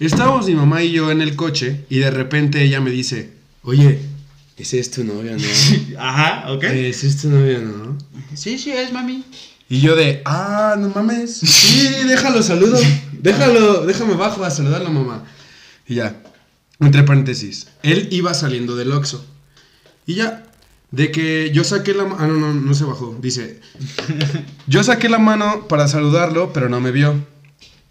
Estábamos mi mamá y yo en el coche y de repente ella me dice, oye, ese es tu novio, ¿no?
Ajá, ok.
Ese es tu novio, ¿no?
Sí, sí, es mami.
Y yo de, ah, no mames. Sí, déjalo, saludo. Déjalo, déjame bajo a saludarlo, mamá. Y ya, entre paréntesis, él iba saliendo del Oxxo. Y ya, de que yo saqué la mano... Ah, no, no, no se bajó. Dice, yo saqué la mano para saludarlo, pero no me vio.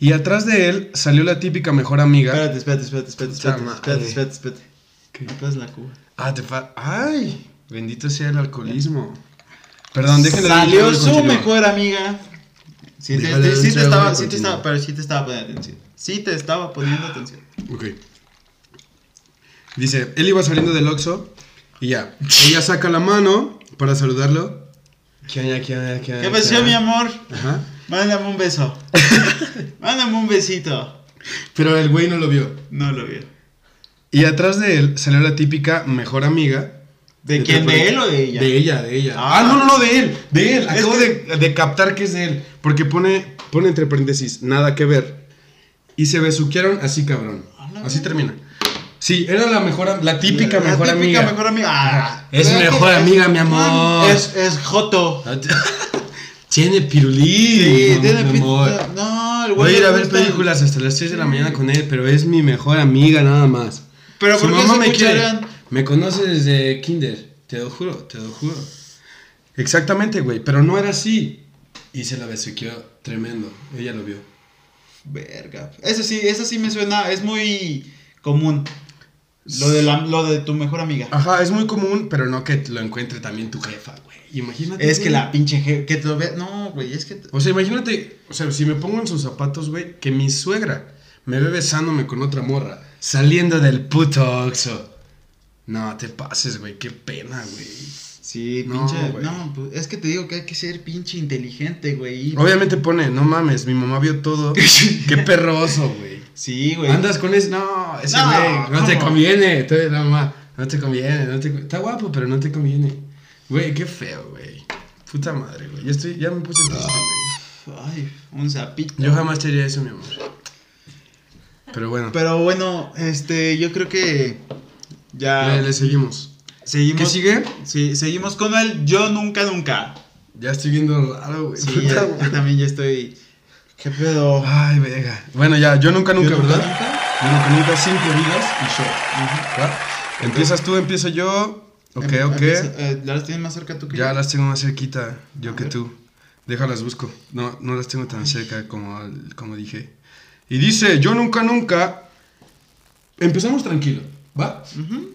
Y atrás de él salió la típica mejor amiga.
Espérate, espérate, espérate, espérate, espérate,
Chama,
espérate,
eh.
espérate, espérate.
¿Qué?
No pases la cuba.
Ah, te fa... Ay, bendito sea el alcoholismo. Perdón, déjenle.
Salió
déjenle
su
continuar.
mejor amiga. Sí te,
Déjale
sí
un
te
trago
estaba, sí
y
te
continúa.
estaba, pero sí te estaba poniendo atención. Sí te estaba poniendo atención.
Ok. Dice, él iba saliendo del Oxxo y ya. Ella saca la mano para saludarlo. ¿Qué onda, qué onda, onda,
¿Qué
onda?
pasó, mi amor?
Ajá.
Mándame un beso. Mándame un besito.
Pero el güey no lo vio.
No lo vio.
Y atrás de él salió la típica mejor amiga.
¿De quién? ¿De él o de ella?
De ella, de ella.
Ah.
Ah, no, no, no, de él. De él.
Es
Acabo
que-
de, de captar que es de él. Porque pone, pone entre paréntesis, nada que ver. Y se besuquearon así, cabrón.
A la
Así
verga.
termina. Sí, era la mejor, am- la típica
La
mejor
típica
amiga.
mejor amiga. Ah,
Es
pero
mejor
que-
amiga, mi amor.
Es, es Joto.
tiene pirulí.
Sí,
no,
tiene
mi amor.
pinta- No, el
Voy
güey.
a ir
le
a ver
gusta-
películas hasta las 6 de la mañana con él, pero es mi mejor amiga nada más.
Pero
Su
¿por qué
mamá
se
me quiere.
escucharán?
Me conoce desde kinder, te lo juro, te lo juro. Exactamente, güey, pero no era así. Y se la besuqueó tremendo, ella lo vio.
Verga. Eso sí, eso sí me suena, es muy común. Lo de, la- lo de tu mejor amiga.
Ajá, es muy común, pero no que lo encuentre también tu jefa, güey. Imagínate.
Es que
güey.
la pinche je- que te lo vea. No, güey, es que. te-
O sea, imagínate, o sea, si me pongo en sus zapatos, güey, que mi suegra me ve besándome con otra morra, saliendo del puto Oxxo. No, te pases, güey, qué pena, güey.
Sí,
No,
pinche.
güey.
No, pues, es que te digo que hay que ser pinche inteligente, güey. y-
Obviamente pone, no mames, mi mamá vio todo. qué perroso, güey.
Sí, güey.
Andas con ese, no, ese
No,
güey, no, te
¿cómo?
conviene, tú, no, mamá, no te conviene, no te, cu- está guapo, pero no te conviene. Güey, qué feo, güey. Puta madre, güey. Ya estoy, ya me puse triste, güey.
Ay, un sapito.
Yo jamás te haría eso, mi amor. Pero bueno,
Pero bueno, este, yo creo que. Ya.
le- le seguimos.
Seguimos.
¿Qué sigue?
Sí, seguimos con el Yo Nunca Nunca.
Ya estoy viendo raro, güey.
Sí,
Puta,
ya-
güey.
yo también ya estoy. ¿Qué pedo?
Ay, verga. Bueno, ya, yo nunca, nunca,
Yo nunca,
¿verdad?
nunca.
Yo nunca, nunca, cinco vidas y yo. ¿Va? Empiezas tú, empiezo yo. Ok,
Em-
ok.
empieza- eh, ¿Las tienes más cerca tú que
Ya
yo?
las tengo más cerquita, yo
A
que
ver.
tú. Déjalas busco. No, no las tengo tan cerca como, como dije. Y dice, yo nunca, nunca. Empezamos tranquilo, ¿va?
Ujú.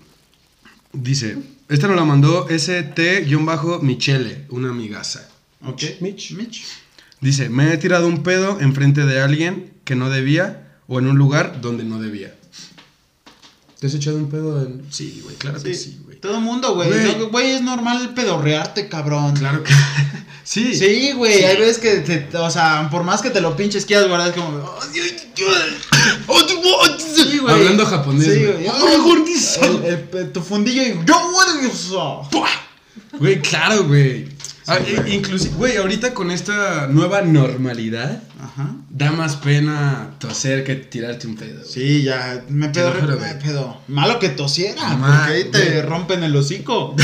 Dice, esta nos la mandó ST-Michele, una amigaza.
Ok.
Mitch.
Mitch.
Dice, me he tirado un pedo enfrente de alguien que no debía o en un lugar donde no debía. ¿Te has echado un pedo en...? Sí, güey, claro que sí, güey.
Todo mundo, güey.
Güey.
No, Güey, es normal pedorrearte, cabrón.
Claro que... sí.
Sí, güey. Hay veces que, te- o sea, por más que te lo pinches, quieras guardar es como. "Oh, Dios, Dios". Sí, güey.
Hablando japonés,
Sí,
güey.
güey.
¡Ay, gordizo!
El- el- el- Tu fundillo y. ¡Yo, güey! eso".
¡Pua! Güey, claro, güey. Ah,
güey.
e- inclusive, güey, ahorita con esta nueva normalidad,
Ajá.
da más pena toser que tirarte un pedo. güey.
Sí, ya, me
Te
pedo,
lo juro,
me
güey.
pedo. Malo que tosiera,
Mal,
porque ahí te
güey.
rompen el hocico.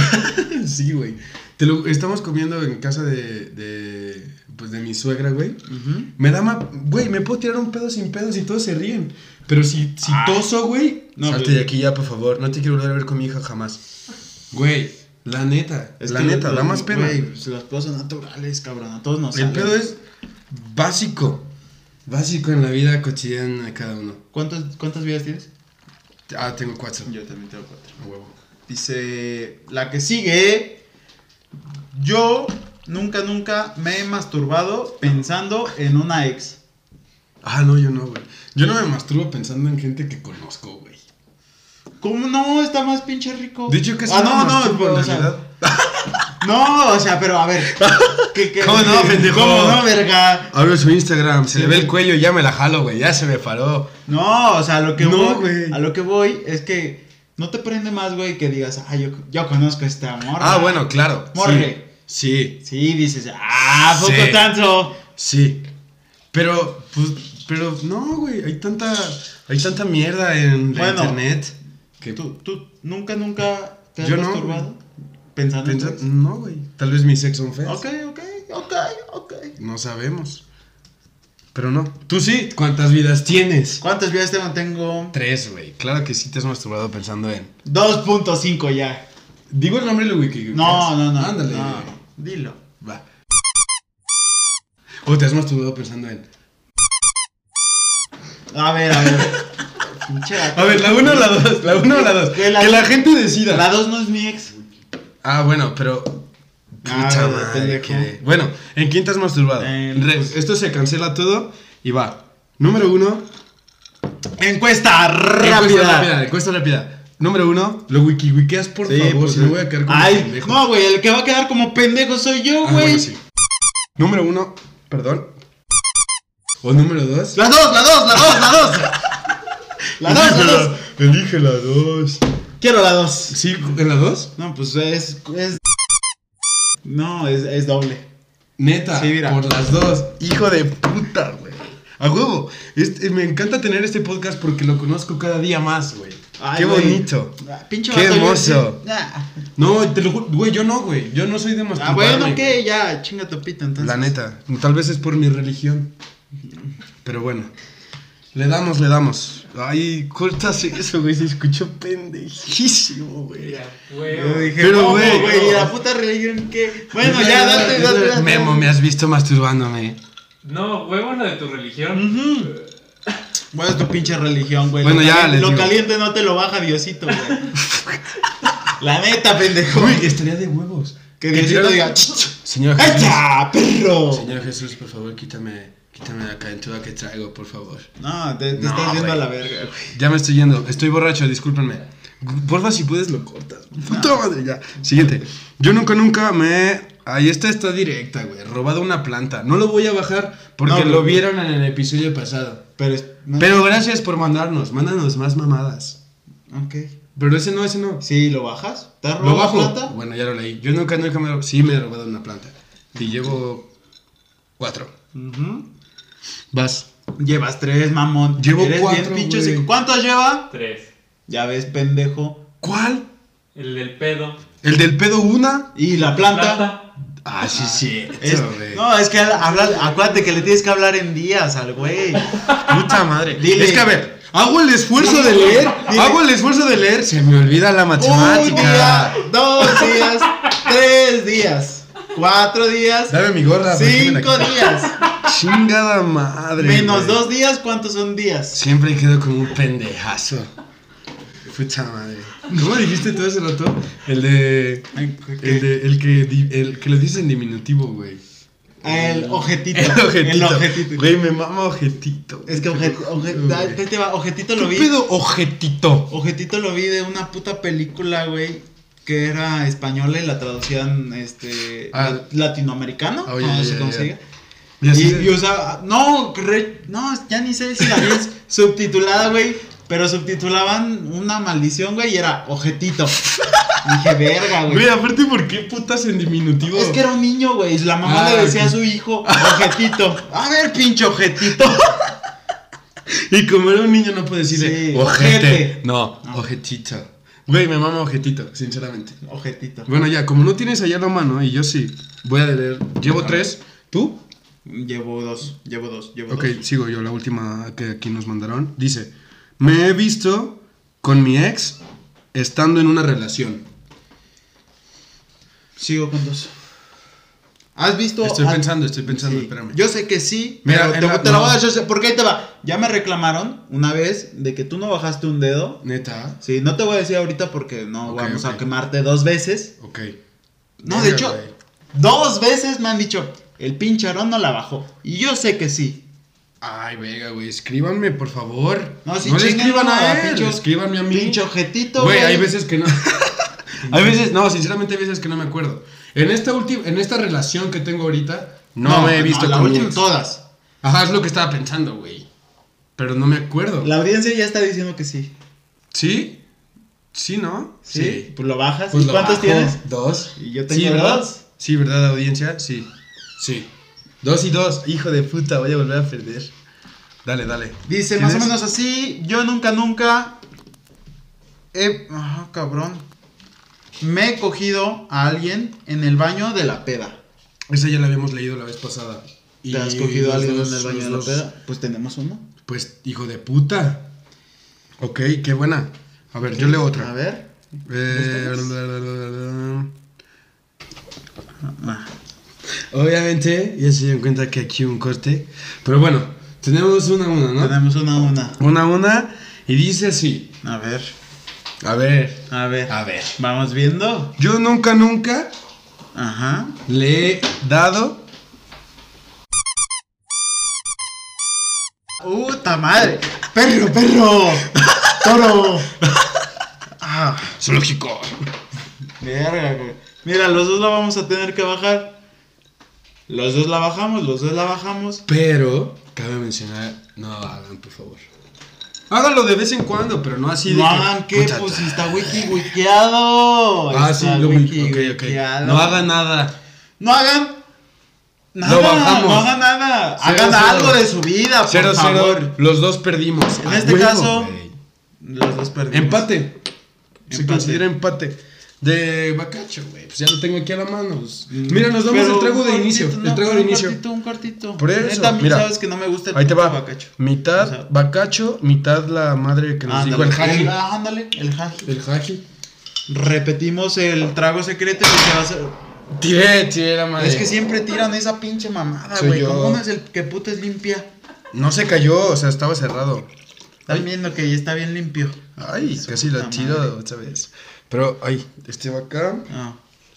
Sí, güey. Te lo- Estamos comiendo en casa de, de, pues, de mi suegra, güey.
Ujú.
Me da más. Güey, me puedo tirar un pedo sin pedos y todos se ríen. Pero si, si
Ah.
toso, güey.
No, pues,
salte
güey.
de aquí ya, por favor. No te quiero volver a ver con mi hija jamás. Güey, La neta,
Es
la
que
neta,
los-
da más pena.
güey, pues, las cosas son naturales, cabrón. A todos nos salen.
El pedo es básico. Básico en la vida cotidiana de cada uno.
¿Cuántas, ¿Cuántas vidas tienes?
Ah, tengo cuatro.
Yo también tengo cuatro.
A huevo.
Dice, la que sigue. Yo nunca, nunca me he masturbado pensando en una ex.
Ah, no, yo no, güey. Yo no me masturbo pensando en gente que conozco, güey.
¿Cómo no? Está más pinche rico.
Dicho que
Ah, no,
me
no,
masturbo,
o
en
sea,
realidad.
No, o sea, pero a ver. ¿qué- qué-
¿Cómo no, pendejo?
¿Cómo no, verga?
Abro su Instagram,
Sí.
se le ve el cuello y ya me la jalo, güey. Ya se me paró.
No, o sea, a lo que
No,
voy.
güey.
A lo que voy es que no te prende más, güey, que digas, ah, yo, yo conozco a este amor.
Ah, bueno, claro. sí.
Morre.
Sí,
Sí, dices, ah, poco
Sí.
tanto.
sí. Pero, pues, pero no, güey. Hay tanta, hay tanta mierda en la
Bueno.
internet que
¿Tú, tú nunca, nunca te has
Yo no,
masturbado? Pensando en
pensa-
tu ex?
no, güey. Tal vez mi sexo un
Ok, ok, ok, ok.
No sabemos. Pero no. Tú sí. ¿Cuántas vidas tienes?
¿Cuántas vidas tengo? Tengo
Tres, güey. Claro que sí te has masturbado pensando en.
2.5 ya.
Digo el nombre de la wiki.
No, no, no.
Ándale.
no, Dilo.
Va. O te has masturbado pensando en.
A ver, a ver. Pinche vato.
A ver, la una o la dos. La una o la dos.
Que la-
que la gente decida.
La 2 no es mi ex.
Ah, bueno, pero.
Ah,
Pucha madre,
pendejo.
qué- Bueno, ¿en quién te has masturbado?
En- pues-
Re- Esto se cancela todo y va. Número uno.
Encuesta
Encuesta
rápida.
rápida. Encuesta rápida. Número uno. Lo wikiwikeas, por
Sí,
favor.
pues,
si no voy a quedar como
Ay,
pendejo.
no, güey, el que va a quedar como pendejo soy yo,
Ah,
güey.
bueno, sí. Número uno. Perdón. O número dos.
La 2, la 2, la 2, la 2. La 2, la 2.
Elige la dos.
Quiero la 2.
Sí, ¿en la dos?
No, pues es es No, es, es doble.
Neta,
Sí, mira.
por las dos. Hijo de puta, güey. A huevo. Este, me encanta tener este podcast porque lo conozco cada día más, güey.
Ay,
Qué
güey.
bonito.
Ah, pinche
Qué
vato, yo
hermoso.
sí- Ah,
No, te lo juro, güey, yo no, güey. Yo no soy de
Ah,
masturbarme.
bueno,
güey.
¿qué? Ya, chinga tu pito entonces.
La neta, tal vez es por mi religión. Pero bueno. Le damos, le damos. Ay, cortas eso, güey. Se escuchó pendejísimo, güey.
Yo dije,
Pero,
¿cómo,
güey,
güey,
no.
¿Y la puta religión qué? Bueno, ya, date, date. date.
Memo, me has visto masturbándome.
No, huevo la de tu religión.
Ujú. Bueno, es tu pinche religión, güey.
Bueno,
lo
ya
caliente,
les
Lo
digo.
caliente no te lo baja Diosito, güey. La neta, pendejo.
Uy, estaría de huevos.
Que Diosito
Dios-
diga, "Ch, ch,
Señor Jesús.
¡Cacha, perro!
Señor Jesús, por favor, quítame, quítame la calentura que traigo, por favor.
No, te, te
No,
estás yendo
güey.
a la verga, güey.
Ya me estoy yendo, estoy borracho, discúlpenme. Porfa, si puedes lo cortas. Puta madre, ya. Siguiente. Yo nunca, nunca me. Ahí esta está directa, güey. Robado una planta. No lo voy a bajar porque
No,
lo
güey.
vieron en el episodio pasado.
Pero, es- no-
Pero gracias por mandarnos. Mándanos más mamadas.
Ok.
Pero ese no, ese no.
Sí, ¿lo bajas? ¿Te has
¿Lo
robado
bajo?
plata?
Bueno, ya lo leí. Yo nunca, nunca me. Sí, me he robado una planta. Y llevo. Cuatro.
Ujú.
Vas.
Llevas tres, mamón.
Llevo
Eres
cuatro,
bien pinche
güey.
psico- ¿Cuántos lleva?
Tres.
Ya ves, pendejo.
¿Cuál?
El del pedo.
¿El del pedo una?
¿Y la planta?
Ah, sí, sí.
Es- no, es que hablar, acuérdate que le tienes que hablar en días al güey.
Puta madre.
Dile.
Es que a ver, hago el esfuerzo de leer.
Dile.
Hago el esfuerzo de leer. Se me olvida la
Un
matemática.
día, dos días, tres días, cuatro días,
Dame mi gorra. déjame
cinco
la-
días,
Chingada madre.
menos
güey.
dos días, ¿cuántos son días?
Siempre quedo como un pendejazo. Puta madre. ¿Cómo dijiste todo ese rato? El de. El, de, el, que, di- el que lo dices en diminutivo, güey.
El ojetito.
El ojetito.
El ojetito.
Güey, me mama ojetito.
Es que ojet- ojet-
Güey.
ahí te va, ojetito
¿Qué
lo vi.
pedo ojetito?
Ojetito lo vi de una puta película, güey. Que era española y la traducían este
Ah.
lat- latinoamericano.
Oh, ya,
no
ya,
sé
ya,
cómo
ya.
se diga.
Y así
Y,
de-
y usaba. No, re- no, ya ni sé si la vi es subtitulada, güey. Pero subtitulaban una maldición, güey, y era ojetito. Dije, verga,
Güey,
güey.
aparte, ¿por qué putas en diminutivo?
Es que era un niño, güey. y La mamá
Ah,
le decía
ok.
a su hijo, ojetito. A ver, pinche ojetito.
Y como era un niño, no puede decirle
Sí,
ojete.
ojete.
No,
No.
ojetito. Güey, me mama ojetito, sinceramente.
Ojetito.
Bueno, ya, como no tienes allá la mano, y yo sí, voy a leer. Llevo tres. ¿Tú?
Llevo dos, llevo dos, llevo
Ok,
dos.
sigo yo, la última que aquí nos mandaron. Dice: Me he visto con mi ex estando en una relación.
Sigo con dos. ¿Has visto?
Estoy
al-
pensando, estoy pensando,
Sí.
espérame.
Yo sé que sí,
Mira,
pero
en
te,
la-
te la
no.
voy a decir, porque ahí te va. Ya me reclamaron una vez de que tú no bajaste un dedo.
Neta.
Sí, no te voy a decir ahorita porque no
Ok,
vamos
ok.
a quemarte dos veces.
Ok.
No,
Verga,
de hecho,
güey.
dos veces me han dicho, el pincharón no la bajó. Y yo sé que sí.
Ay, vega, güey, escríbanme, por favor. No,
sí,
le
chingan,
escriban
no,
a él,
pincho-
escríbanme a mí.
Pinche ojetito,
Güey, hay veces que no. hay veces, no, sinceramente hay veces que no me acuerdo. En esta última, en esta relación que tengo ahorita, no, me he visto
no, la
con mi
última,
ex.
todas.
Ajá, es lo que estaba pensando, güey. Pero no me acuerdo.
La audiencia ya está diciendo que sí.
¿Sí? ¿Sí, no?
¿Sí? Pues lo bajas.
Pues
¿Y
lo
cuántos
bajo.
tienes?
Dos.
Y yo tengo dos.
Sí, ¿verdad, audiencia? Sí. Sí. Dos y dos. Hijo de puta, voy a volver a perder. Dale, dale.
Dice más
¿Tienes?
o menos así, yo nunca, nunca he... Ajá, cabrón. Me he cogido a alguien en el baño de la peda.
Esa ya la habíamos leído la vez pasada. Y
¿Te has cogido a
los
alguien
dos-
en el baño de la
los dos-
peda? Pues tenemos uno.
Pues, hijo de puta. Ok, qué buena. A ver, yo leo otra.
A ver.
Eh,
¿Buscamos?
la, la, la, la, la. Obviamente, ya se dieron cuenta que aquí hubo un corte. Pero bueno, tenemos una a una, ¿no?
Tenemos una a una.
Una a una. Y dice así.
A ver,
A ver.
a ver.
A ver.
Ah. Vamos viendo.
Yo nunca, nunca
Ajá.
le he dado.
¡Puta madre! ¡Perro, perro! ¡Toro! Ah,
Zoológico.
verga, güey. Mira, los dos la vamos a tener que bajar. Los dos la bajamos, los dos la bajamos.
Pero, cabe mencionar, no lo hagan, por favor. Háganlo de vez en cuando, pero no así de.
no
que,
hagan que,
puta,
pues
ta-
si está wiki wikiado.
Ah, sí,
Está
lo
wiki
ok, ok.
wikiado.
No hagan nada.
No hagan. Nada,
Lo bajamos.
no hagan nada.
Cero,
hagan
cero.
algo de su vida, por
Cero,
favor.
cero. Los dos perdimos.
En
A
este
huevo,
caso,
güey.
Los dos perdimos.
Empate. Se
Empate.
considera empate. De bacacho, güey. Pues ya lo tengo aquí a la mano. pues. Mira, nos damos
Mm. Pero
el trago
un
de
cortito,
inicio.
no,
el trago
pero
de
un
inicio.
cortito, un cortito.
Por eso,
Neta, a mí
mira.
sabes que no me gusta el
Ahí te
puto
va.
bacacho.
Mitad
O sea-
bacacho, mitad la madre que nos dijo el
Ándale,
haji.
ah, ándale, el haji.
El haji.
Repetimos el trago secreto y se va a hacer-
Tiré, tiré la madre.
Es que siempre tiran esa pinche mamada,
Soy
güey.
yo.
Como uno es el que puto es limpia.
No se cayó, o sea, estaba cerrado.
Están viendo que ya está bien limpio.
Ay,
Su
casi la
puta
tiro
madre.
otra vez. Pero, ay, este va acá.
Ah.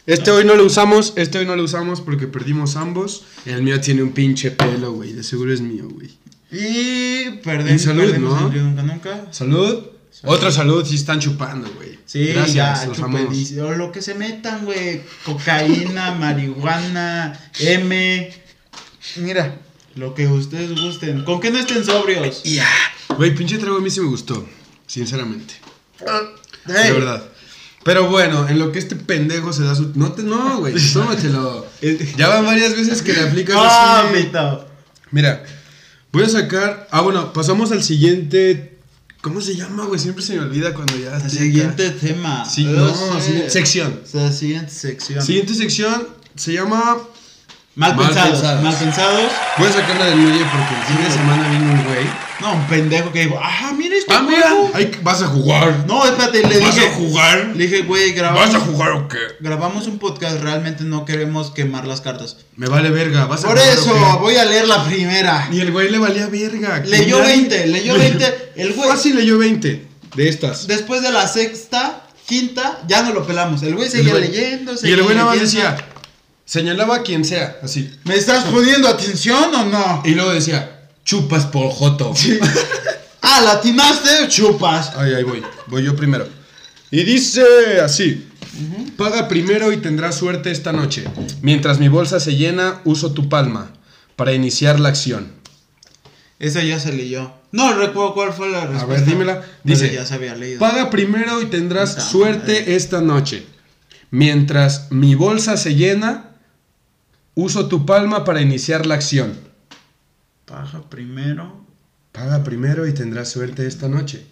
Este hoy no lo usamos, este hoy no lo usamos porque perdimos ambos. El mío tiene un pinche pelo, güey. De seguro es mío, güey.
Y
En
perdemos.
salud,
perdemos
¿no?
el yo nunca, nunca.
Salud. Otra salud, si están chupando, güey.
Sí,
Gracias,
ya,
los
chupen,
amamos.
dice, o lo que se metan, güey. Cocaína, marihuana, M. Mira, lo que ustedes gusten. Con que no estén sobrios.
Ya. Güey, pinche trago a mí sí me gustó, sinceramente.
Hey,
De verdad. Pero bueno, en lo que este pendejo se da su... No, te... no güey, tómatelo. ya van varias veces que le aplicas
Ah,
así.
Pito.
Mira, voy a sacar... Ah, bueno, pasamos al siguiente... ¿Cómo se llama, güey? Siempre se me olvida cuando ya... estoy acá.
Siguiente tema.
Sí,
Lo
no,
sé.
siguiente- sección.
O sea, siguiente sección.
Siguiente sección se llama...
Mal,
Mal
pensados,
pensados.
Mal pensados.
Voy a sacarla del muelle porque el fin de semana vino un güey.
No, un pendejo que dijo, ah, mira este
Ah, mira.
juego".
Ahí vas a jugar.
No, espérate, le
¿Vas
dije.
a jugar?
Le dije, güey,
¿Vas a
grabamos,
jugar o qué?
grabamos un podcast, realmente no queremos quemar las cartas.
Me vale verga, vas a
Por
jugar o
eso,
qué?
voy a leer la primera.
Y el güey le valía verga.
Leyó
Nadie-
20, leyó 20. El güey,
Fácil leyó 20 de estas.
después de la sexta, quinta, ya no lo pelamos. El güey seguía
El güey-
leyendo,
y
seguía
el güey nada más
leyendo.
decía, señalaba a quien sea, así.
¿Me estás poniendo atención o no?
Y luego decía, chupas por joto.
Ah, latinaste, chupas.
Ay, ahí voy, voy yo primero. Y dice así. Paga primero y tendrás suerte esta noche. Mientras mi bolsa se llena, uso tu palma para iniciar la acción.
Esa ya se leyó. No recuerdo cuál fue la respuesta.
ver, dímela.
pero
Dice,
ya se había leído.
Paga primero y tendrás
Puta
suerte
madre.
esta noche. Mientras mi bolsa se llena, uso tu palma para iniciar la acción.
Paja primero.
Paga primero y tendrás suerte esta noche.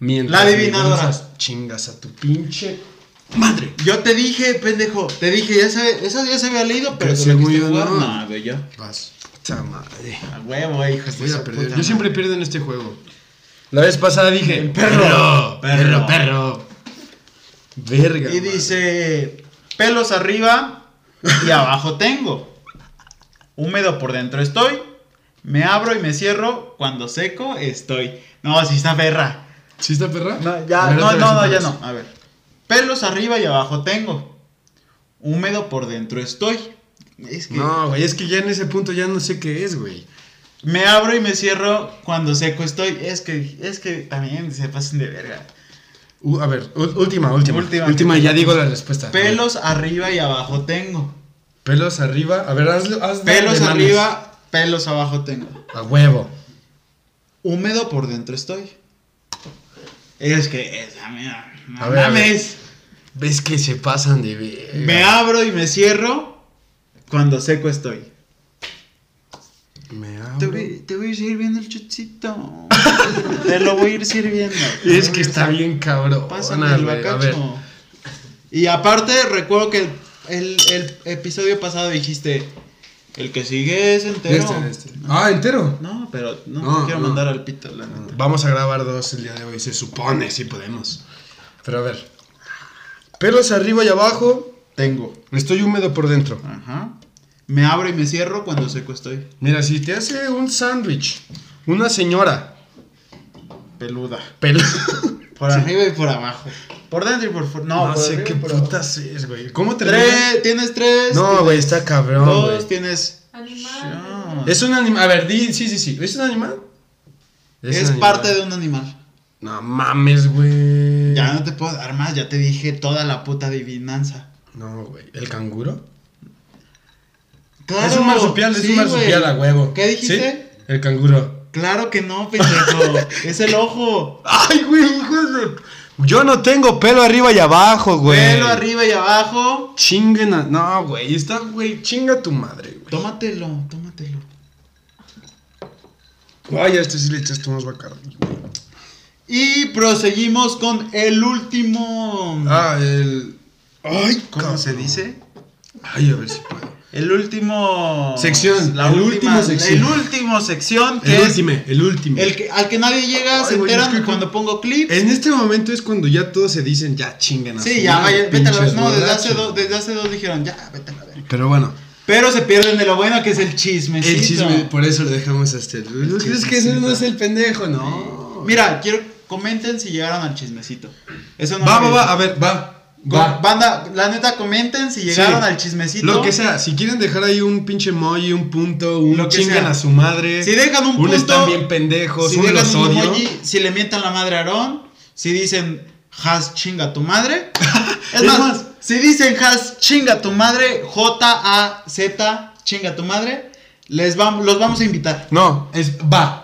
Mientras
La
mi
adivinadora.
bolsa- Chingas a tu pinche madre.
Yo te dije, pendejo, te dije, ya se, esa ya se había leído, pero
Que
te lo
según
quisiste
yo
jugar.
no.
No, güey, yo.
Vas. eh. Puta madre.
A huevo, hijo.
Voy a perder. Yo siempre pierdo en este juego. La vez pasada dije,
Perro,
perro, perro. Verga.
Y
madre.
dice, Pelos arriba y abajo tengo. Húmedo por dentro estoy. Me abro y me cierro. Cuando seco estoy. No, si está perra.
¿Sí está perra?
No, ya,
A ver,
no,
otra
no, no,
vez,
ya
otra
no. A ver. Pelos arriba y abajo tengo. Húmedo por dentro estoy. Es que
vez. No, güey, es que ya en ese punto ya no sé qué es, güey.
me abro y me cierro cuando seco estoy. Es que, es que también se pasan de verga.
Uh, a ver, ú- última, última.
Última.
Última, y ya digo la respuesta.
Pelos arriba y abajo tengo.
Pelos arriba. A ver, hazlo. hazlo
Pelos
de manos.
arriba, pelos abajo tengo.
A huevo.
Húmedo por dentro estoy. Es que, es, mira, no
A ver, a ver.
mames.
¿Ves que se pasan de verga?
Me abro y me cierro cuando seco estoy.
Me
Te
abro.
voy, te voy a ir sirviendo el chuchito. te lo voy a ir sirviendo.
Es que está bien cabrón.
Pásame el
güey. A ver.
bacacho. Y aparte, recuerdo que el, el episodio pasado dijiste: El que sigue es entero.
Este, este. Ah, entero.
No, pero no,
No,
te quiero
no.
mandar al pito, la neta.
Vamos a grabar dos el día de hoy, se supone, si podemos. Pero a ver. Pelos arriba y abajo.
Tengo.
Estoy húmedo por dentro.
Ajá. Me abro y me cierro cuando seco estoy.
Mira, si te hace un sándwich, una señora.
Peluda.
Pelo.
Por arriba y por abajo. Por dentro y por fuera. No, pues
No,
por
sé
arriba y
qué
por abajo.
putas es, güey. ¿Cómo te
Tres, tienes tres.
No,
tienes
güey, está cabrón,
Dos,
güey.
tienes.
Animal.
Es un animal. A ver, di, sí, sí, sí. ¿Es un animal?
Es,
un animal.
parte de un animal.
No mames, güey.
Ya no te puedo dar más, ya te dije toda la puta adivinanza.
No, güey. ¿El canguro?
Claro,
es un marsupial, es
sí,
un marsupial
güey.
a huevo.
¿Qué dijiste?
¿Sí? El canguro.
Claro que no, pendejo. es el ojo.
Ay, güey, hijos de- Yo no tengo pelo arriba y abajo, güey.
Pelo arriba y abajo.
Chinguen a- No, güey, está, güey, chinga tu madre, güey.
Tómatelo, tómatelo.
Ay, a este sí le echaste unos bacardi, güey.
Y proseguimos con el último.
Ah, el... Ay,
¿Cómo
cabrón.
se dice?
Ay, a ver si puedo.
El último.
Sección,
La
el
última,
último sección.
El último sección que
El
es
último, el último.
el que, al que nadie llega,
Ay,
se
güey,
enteran
es que-
cuando pongo clips.
En este momento es cuando ya todos se dicen, ya chinguen a
Sí,
su
ya,
madre,
vaya, vete a la
pinches
No, desde hace,
borrachos.
dos, desde hace dos dijeron, ya, vete a la verga.
Pero bueno,
Pero se pierden de lo bueno que es el chisme.
el chisme, por eso lo dejamos hasta el... ¿No crees que
chismecito.
no es el pendejo? No.
Mira, quiero comenten si llegaron al chismecito. Eso no
Va,
me-
va, va, a ver, va.
Con-
Va.
Banda, la neta, comenten si llegaron
Sí.
al chismecito.
Lo que sea, si quieren dejar ahí un pinche emoji, un punto, un
Lo que
chingan
sea.
a su madre.
Si dejan un punto,
están bien pendejos,
si
uno
dejan
los
un
odio.
emoji, si le mientan la madre a Aarón, si dicen has chinga tu madre. es
Es
más,
más.
si dicen has chinga tu madre, J-A-Z chinga tu madre, les vamos, los vamos a invitar.
No, es va.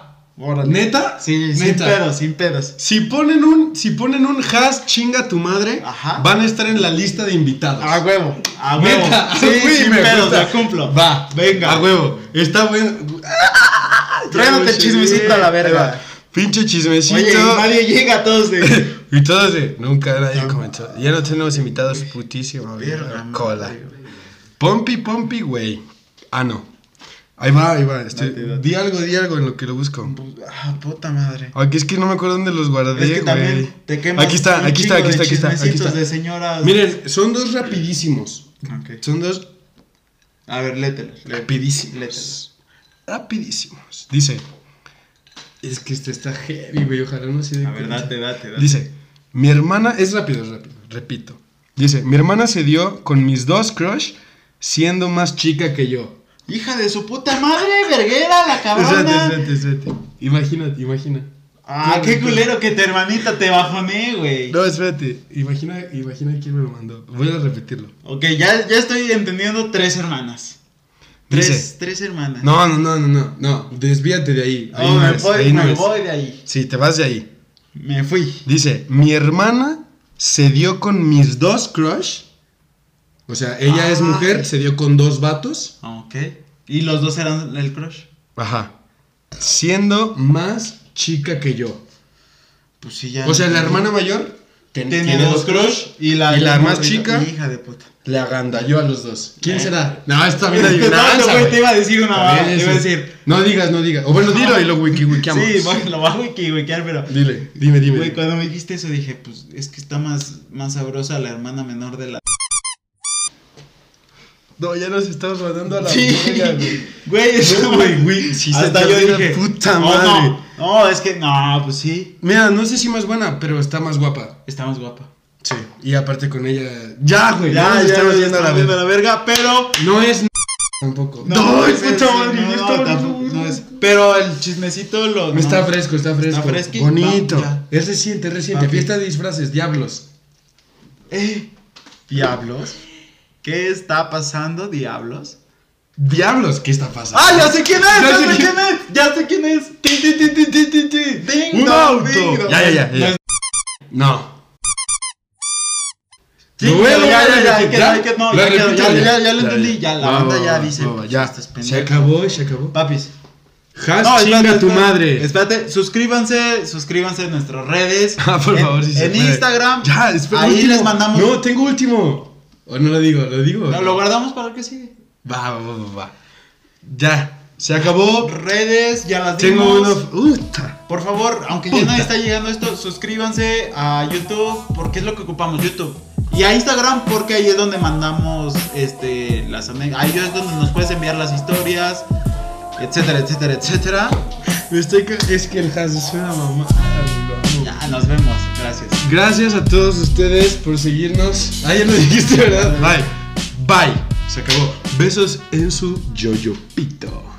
¿Neta?
Sí, sin
Neta.
pedos, sin pedos.
Si ponen un, si ponen un has chinga tu madre,
Ajá.
van a estar en la lista de invitados.
A huevo, a huevo.
Neta,
Sí,
güey,
sin
me
pedos,
gusta.
la cumplo.
Va,
Venga.
a huevo. Está bueno.
Tráigate el chismecito a la verga.
Pinche chismecito.
Oye, y nadie llega a todos de.
Y todos de, nunca nadie comentó. Ya no tenemos invitados, putísimo. güey.
Verga,
Cola.
madre, güey.
Pompi, pompi, güey. Ah, no. Ahí va, ahí va. estoy-
Date, date.
Di algo, di algo en lo que lo busco.
Ah, puta madre.
Aquí es que no me acuerdo dónde los guardé,
Es que también
güey.
te quemas.
Aquí está,
un
aquí está,
chingo
aquí
de
está, aquí está, aquí
chismecitos
está.
de señoras.
Miren, son dos rapidísimos.
Ok.
Son dos
A ver, lételos. lé- lételos.
rapidísimos. Rapidísimos. Dice. Es que este está heavy, güey. Ojalá no se dé
A ver,
cuenta.
date, date, date.
Dice, mi hermana, es rápido, es rápido, repito. Dice, mi hermana se dio con mis dos crush siendo más chica que yo.
Hija de su puta madre, verguera, la
Espérate,
cabrona.
espérate, espérate. Imagínate, imagina.
Ah, qué culero que tu hermanita te bajoné, güey.
No, espérate. Imagina, imagina quién me lo mandó. Voy a repetirlo.
Ok, ya, ya estoy entendiendo tres hermanas. Tres,
Dice-
tres hermanas.
No, no, no, no, no, no. Desvíate de ahí. Ahí
Oh,
no
me,
es,
voy,
ahí no
me
es.
voy de ahí.
Sí, te vas de ahí.
Me fui.
Dice, mi hermana se dio con mis dos crush. O sea, ella es
Ah.
mujer, se dio con dos vatos.
Ok. Y los dos eran el crush.
Ajá. Siendo más chica que yo.
Pues sí, ya.
O sea, la hermana mayor ten-
tiene, dos crush. Y la,
y la más chica
Hija de puta.
le agandalló a los dos. ¿Quién
Eh.
será? No, esta bien
Este, no,
adivinanza,
güey,
güey.
te iba a decir una
También
mamada, te
es-
iba a decir.
No digas, no digas. O bueno, dilo y lo wiki wikiamos.
Sí, bueno, lo bajo y que wiquear, pero.
Dile, dime, dime.
Güey, cuando me dijiste eso dije, pues es que está más, más sabrosa la hermana menor de la.
No, ya nos estamos mandando a la
Sí.
verga, güey.
Güey, eso,
No, güey, güey. Si se
Hasta
te
yo
olvida,
dije.
puta
"No,
madre.
No, no, es que. No, pues sí.
Mira, no sé si más buena, pero está más guapa.
Está más guapa.
Sí. Y aparte con ella. Ya, güey.
Ya,
nos
ya,
estamos
ya
yendo a la
estamos viendo a
verga.
la verga, pero.
No es n- tampoco.
No,
es
ese
puta
sí,
madre,
no,
ya
no,
estaba
tampoco,
bien,
no
güey.
es. Pero el chismecito lo.
Está
no.
fresco, está fresco.
fresqui,
Bonito.
va, ya.
es reciente, es reciente.
Papi.
Fiesta de disfraces, diablos.
Eh, diablos. ¿Qué está pasando, diablos?
Diablos, ¿qué está pasando?
¡Ah, ya sé quién es! ¡Ya,
Ya sé
sé
quién-
quién es! ¡Ya sé quién es!
Ti, ti, ti, ti, ti, ti, ti.
Ding
Un
dong, ding
auto.
dong.
Ya, ya, ya.
No
ya.
es-
No.
Sí,
Bueno,
pero ya, ya, ya,
repite,
hay que- hay que- no, ya
La
quedó,
repite,
ya, ya, ya lo entendí, ya, la
Va,
banda
va,
ya
va,
dice,
va, ya.
"Estos
Se
pendejos".
acabó, se acabó.
Papis.
Has
No,
chinga
espérate,
tu
espérate,
madre.
Espérate, suscríbanse, suscríbanse en nuestras redes.
Ah, por
En-
favor, si se
En
puede.
Instagram.
Ya, espera.
Ahí
último.
les mandamos.
No, tengo último. O no lo digo, lo digo.
No, lo guardamos para que sigue.
Va, va, va, va, va. Ya. Se acabó.
Redes, ya las
Tengo
dimos.
uno. Uta.
Por favor, aunque ya nadie está llegando a esto, suscríbanse a YouTube porque es lo que ocupamos YouTube. Y a Instagram porque ahí es donde mandamos este las ane- ahí es donde nos puedes enviar las historias, etcétera, etcétera, etcétera.
Me estoy ca- Es que el Has es una mamá.
Ya nos vemos. Gracias.
Gracias a todos ustedes por seguirnos. Ah, ya lo dijiste, ¿verdad? Bye. Bye. Se acabó. Besos en su yoyopito.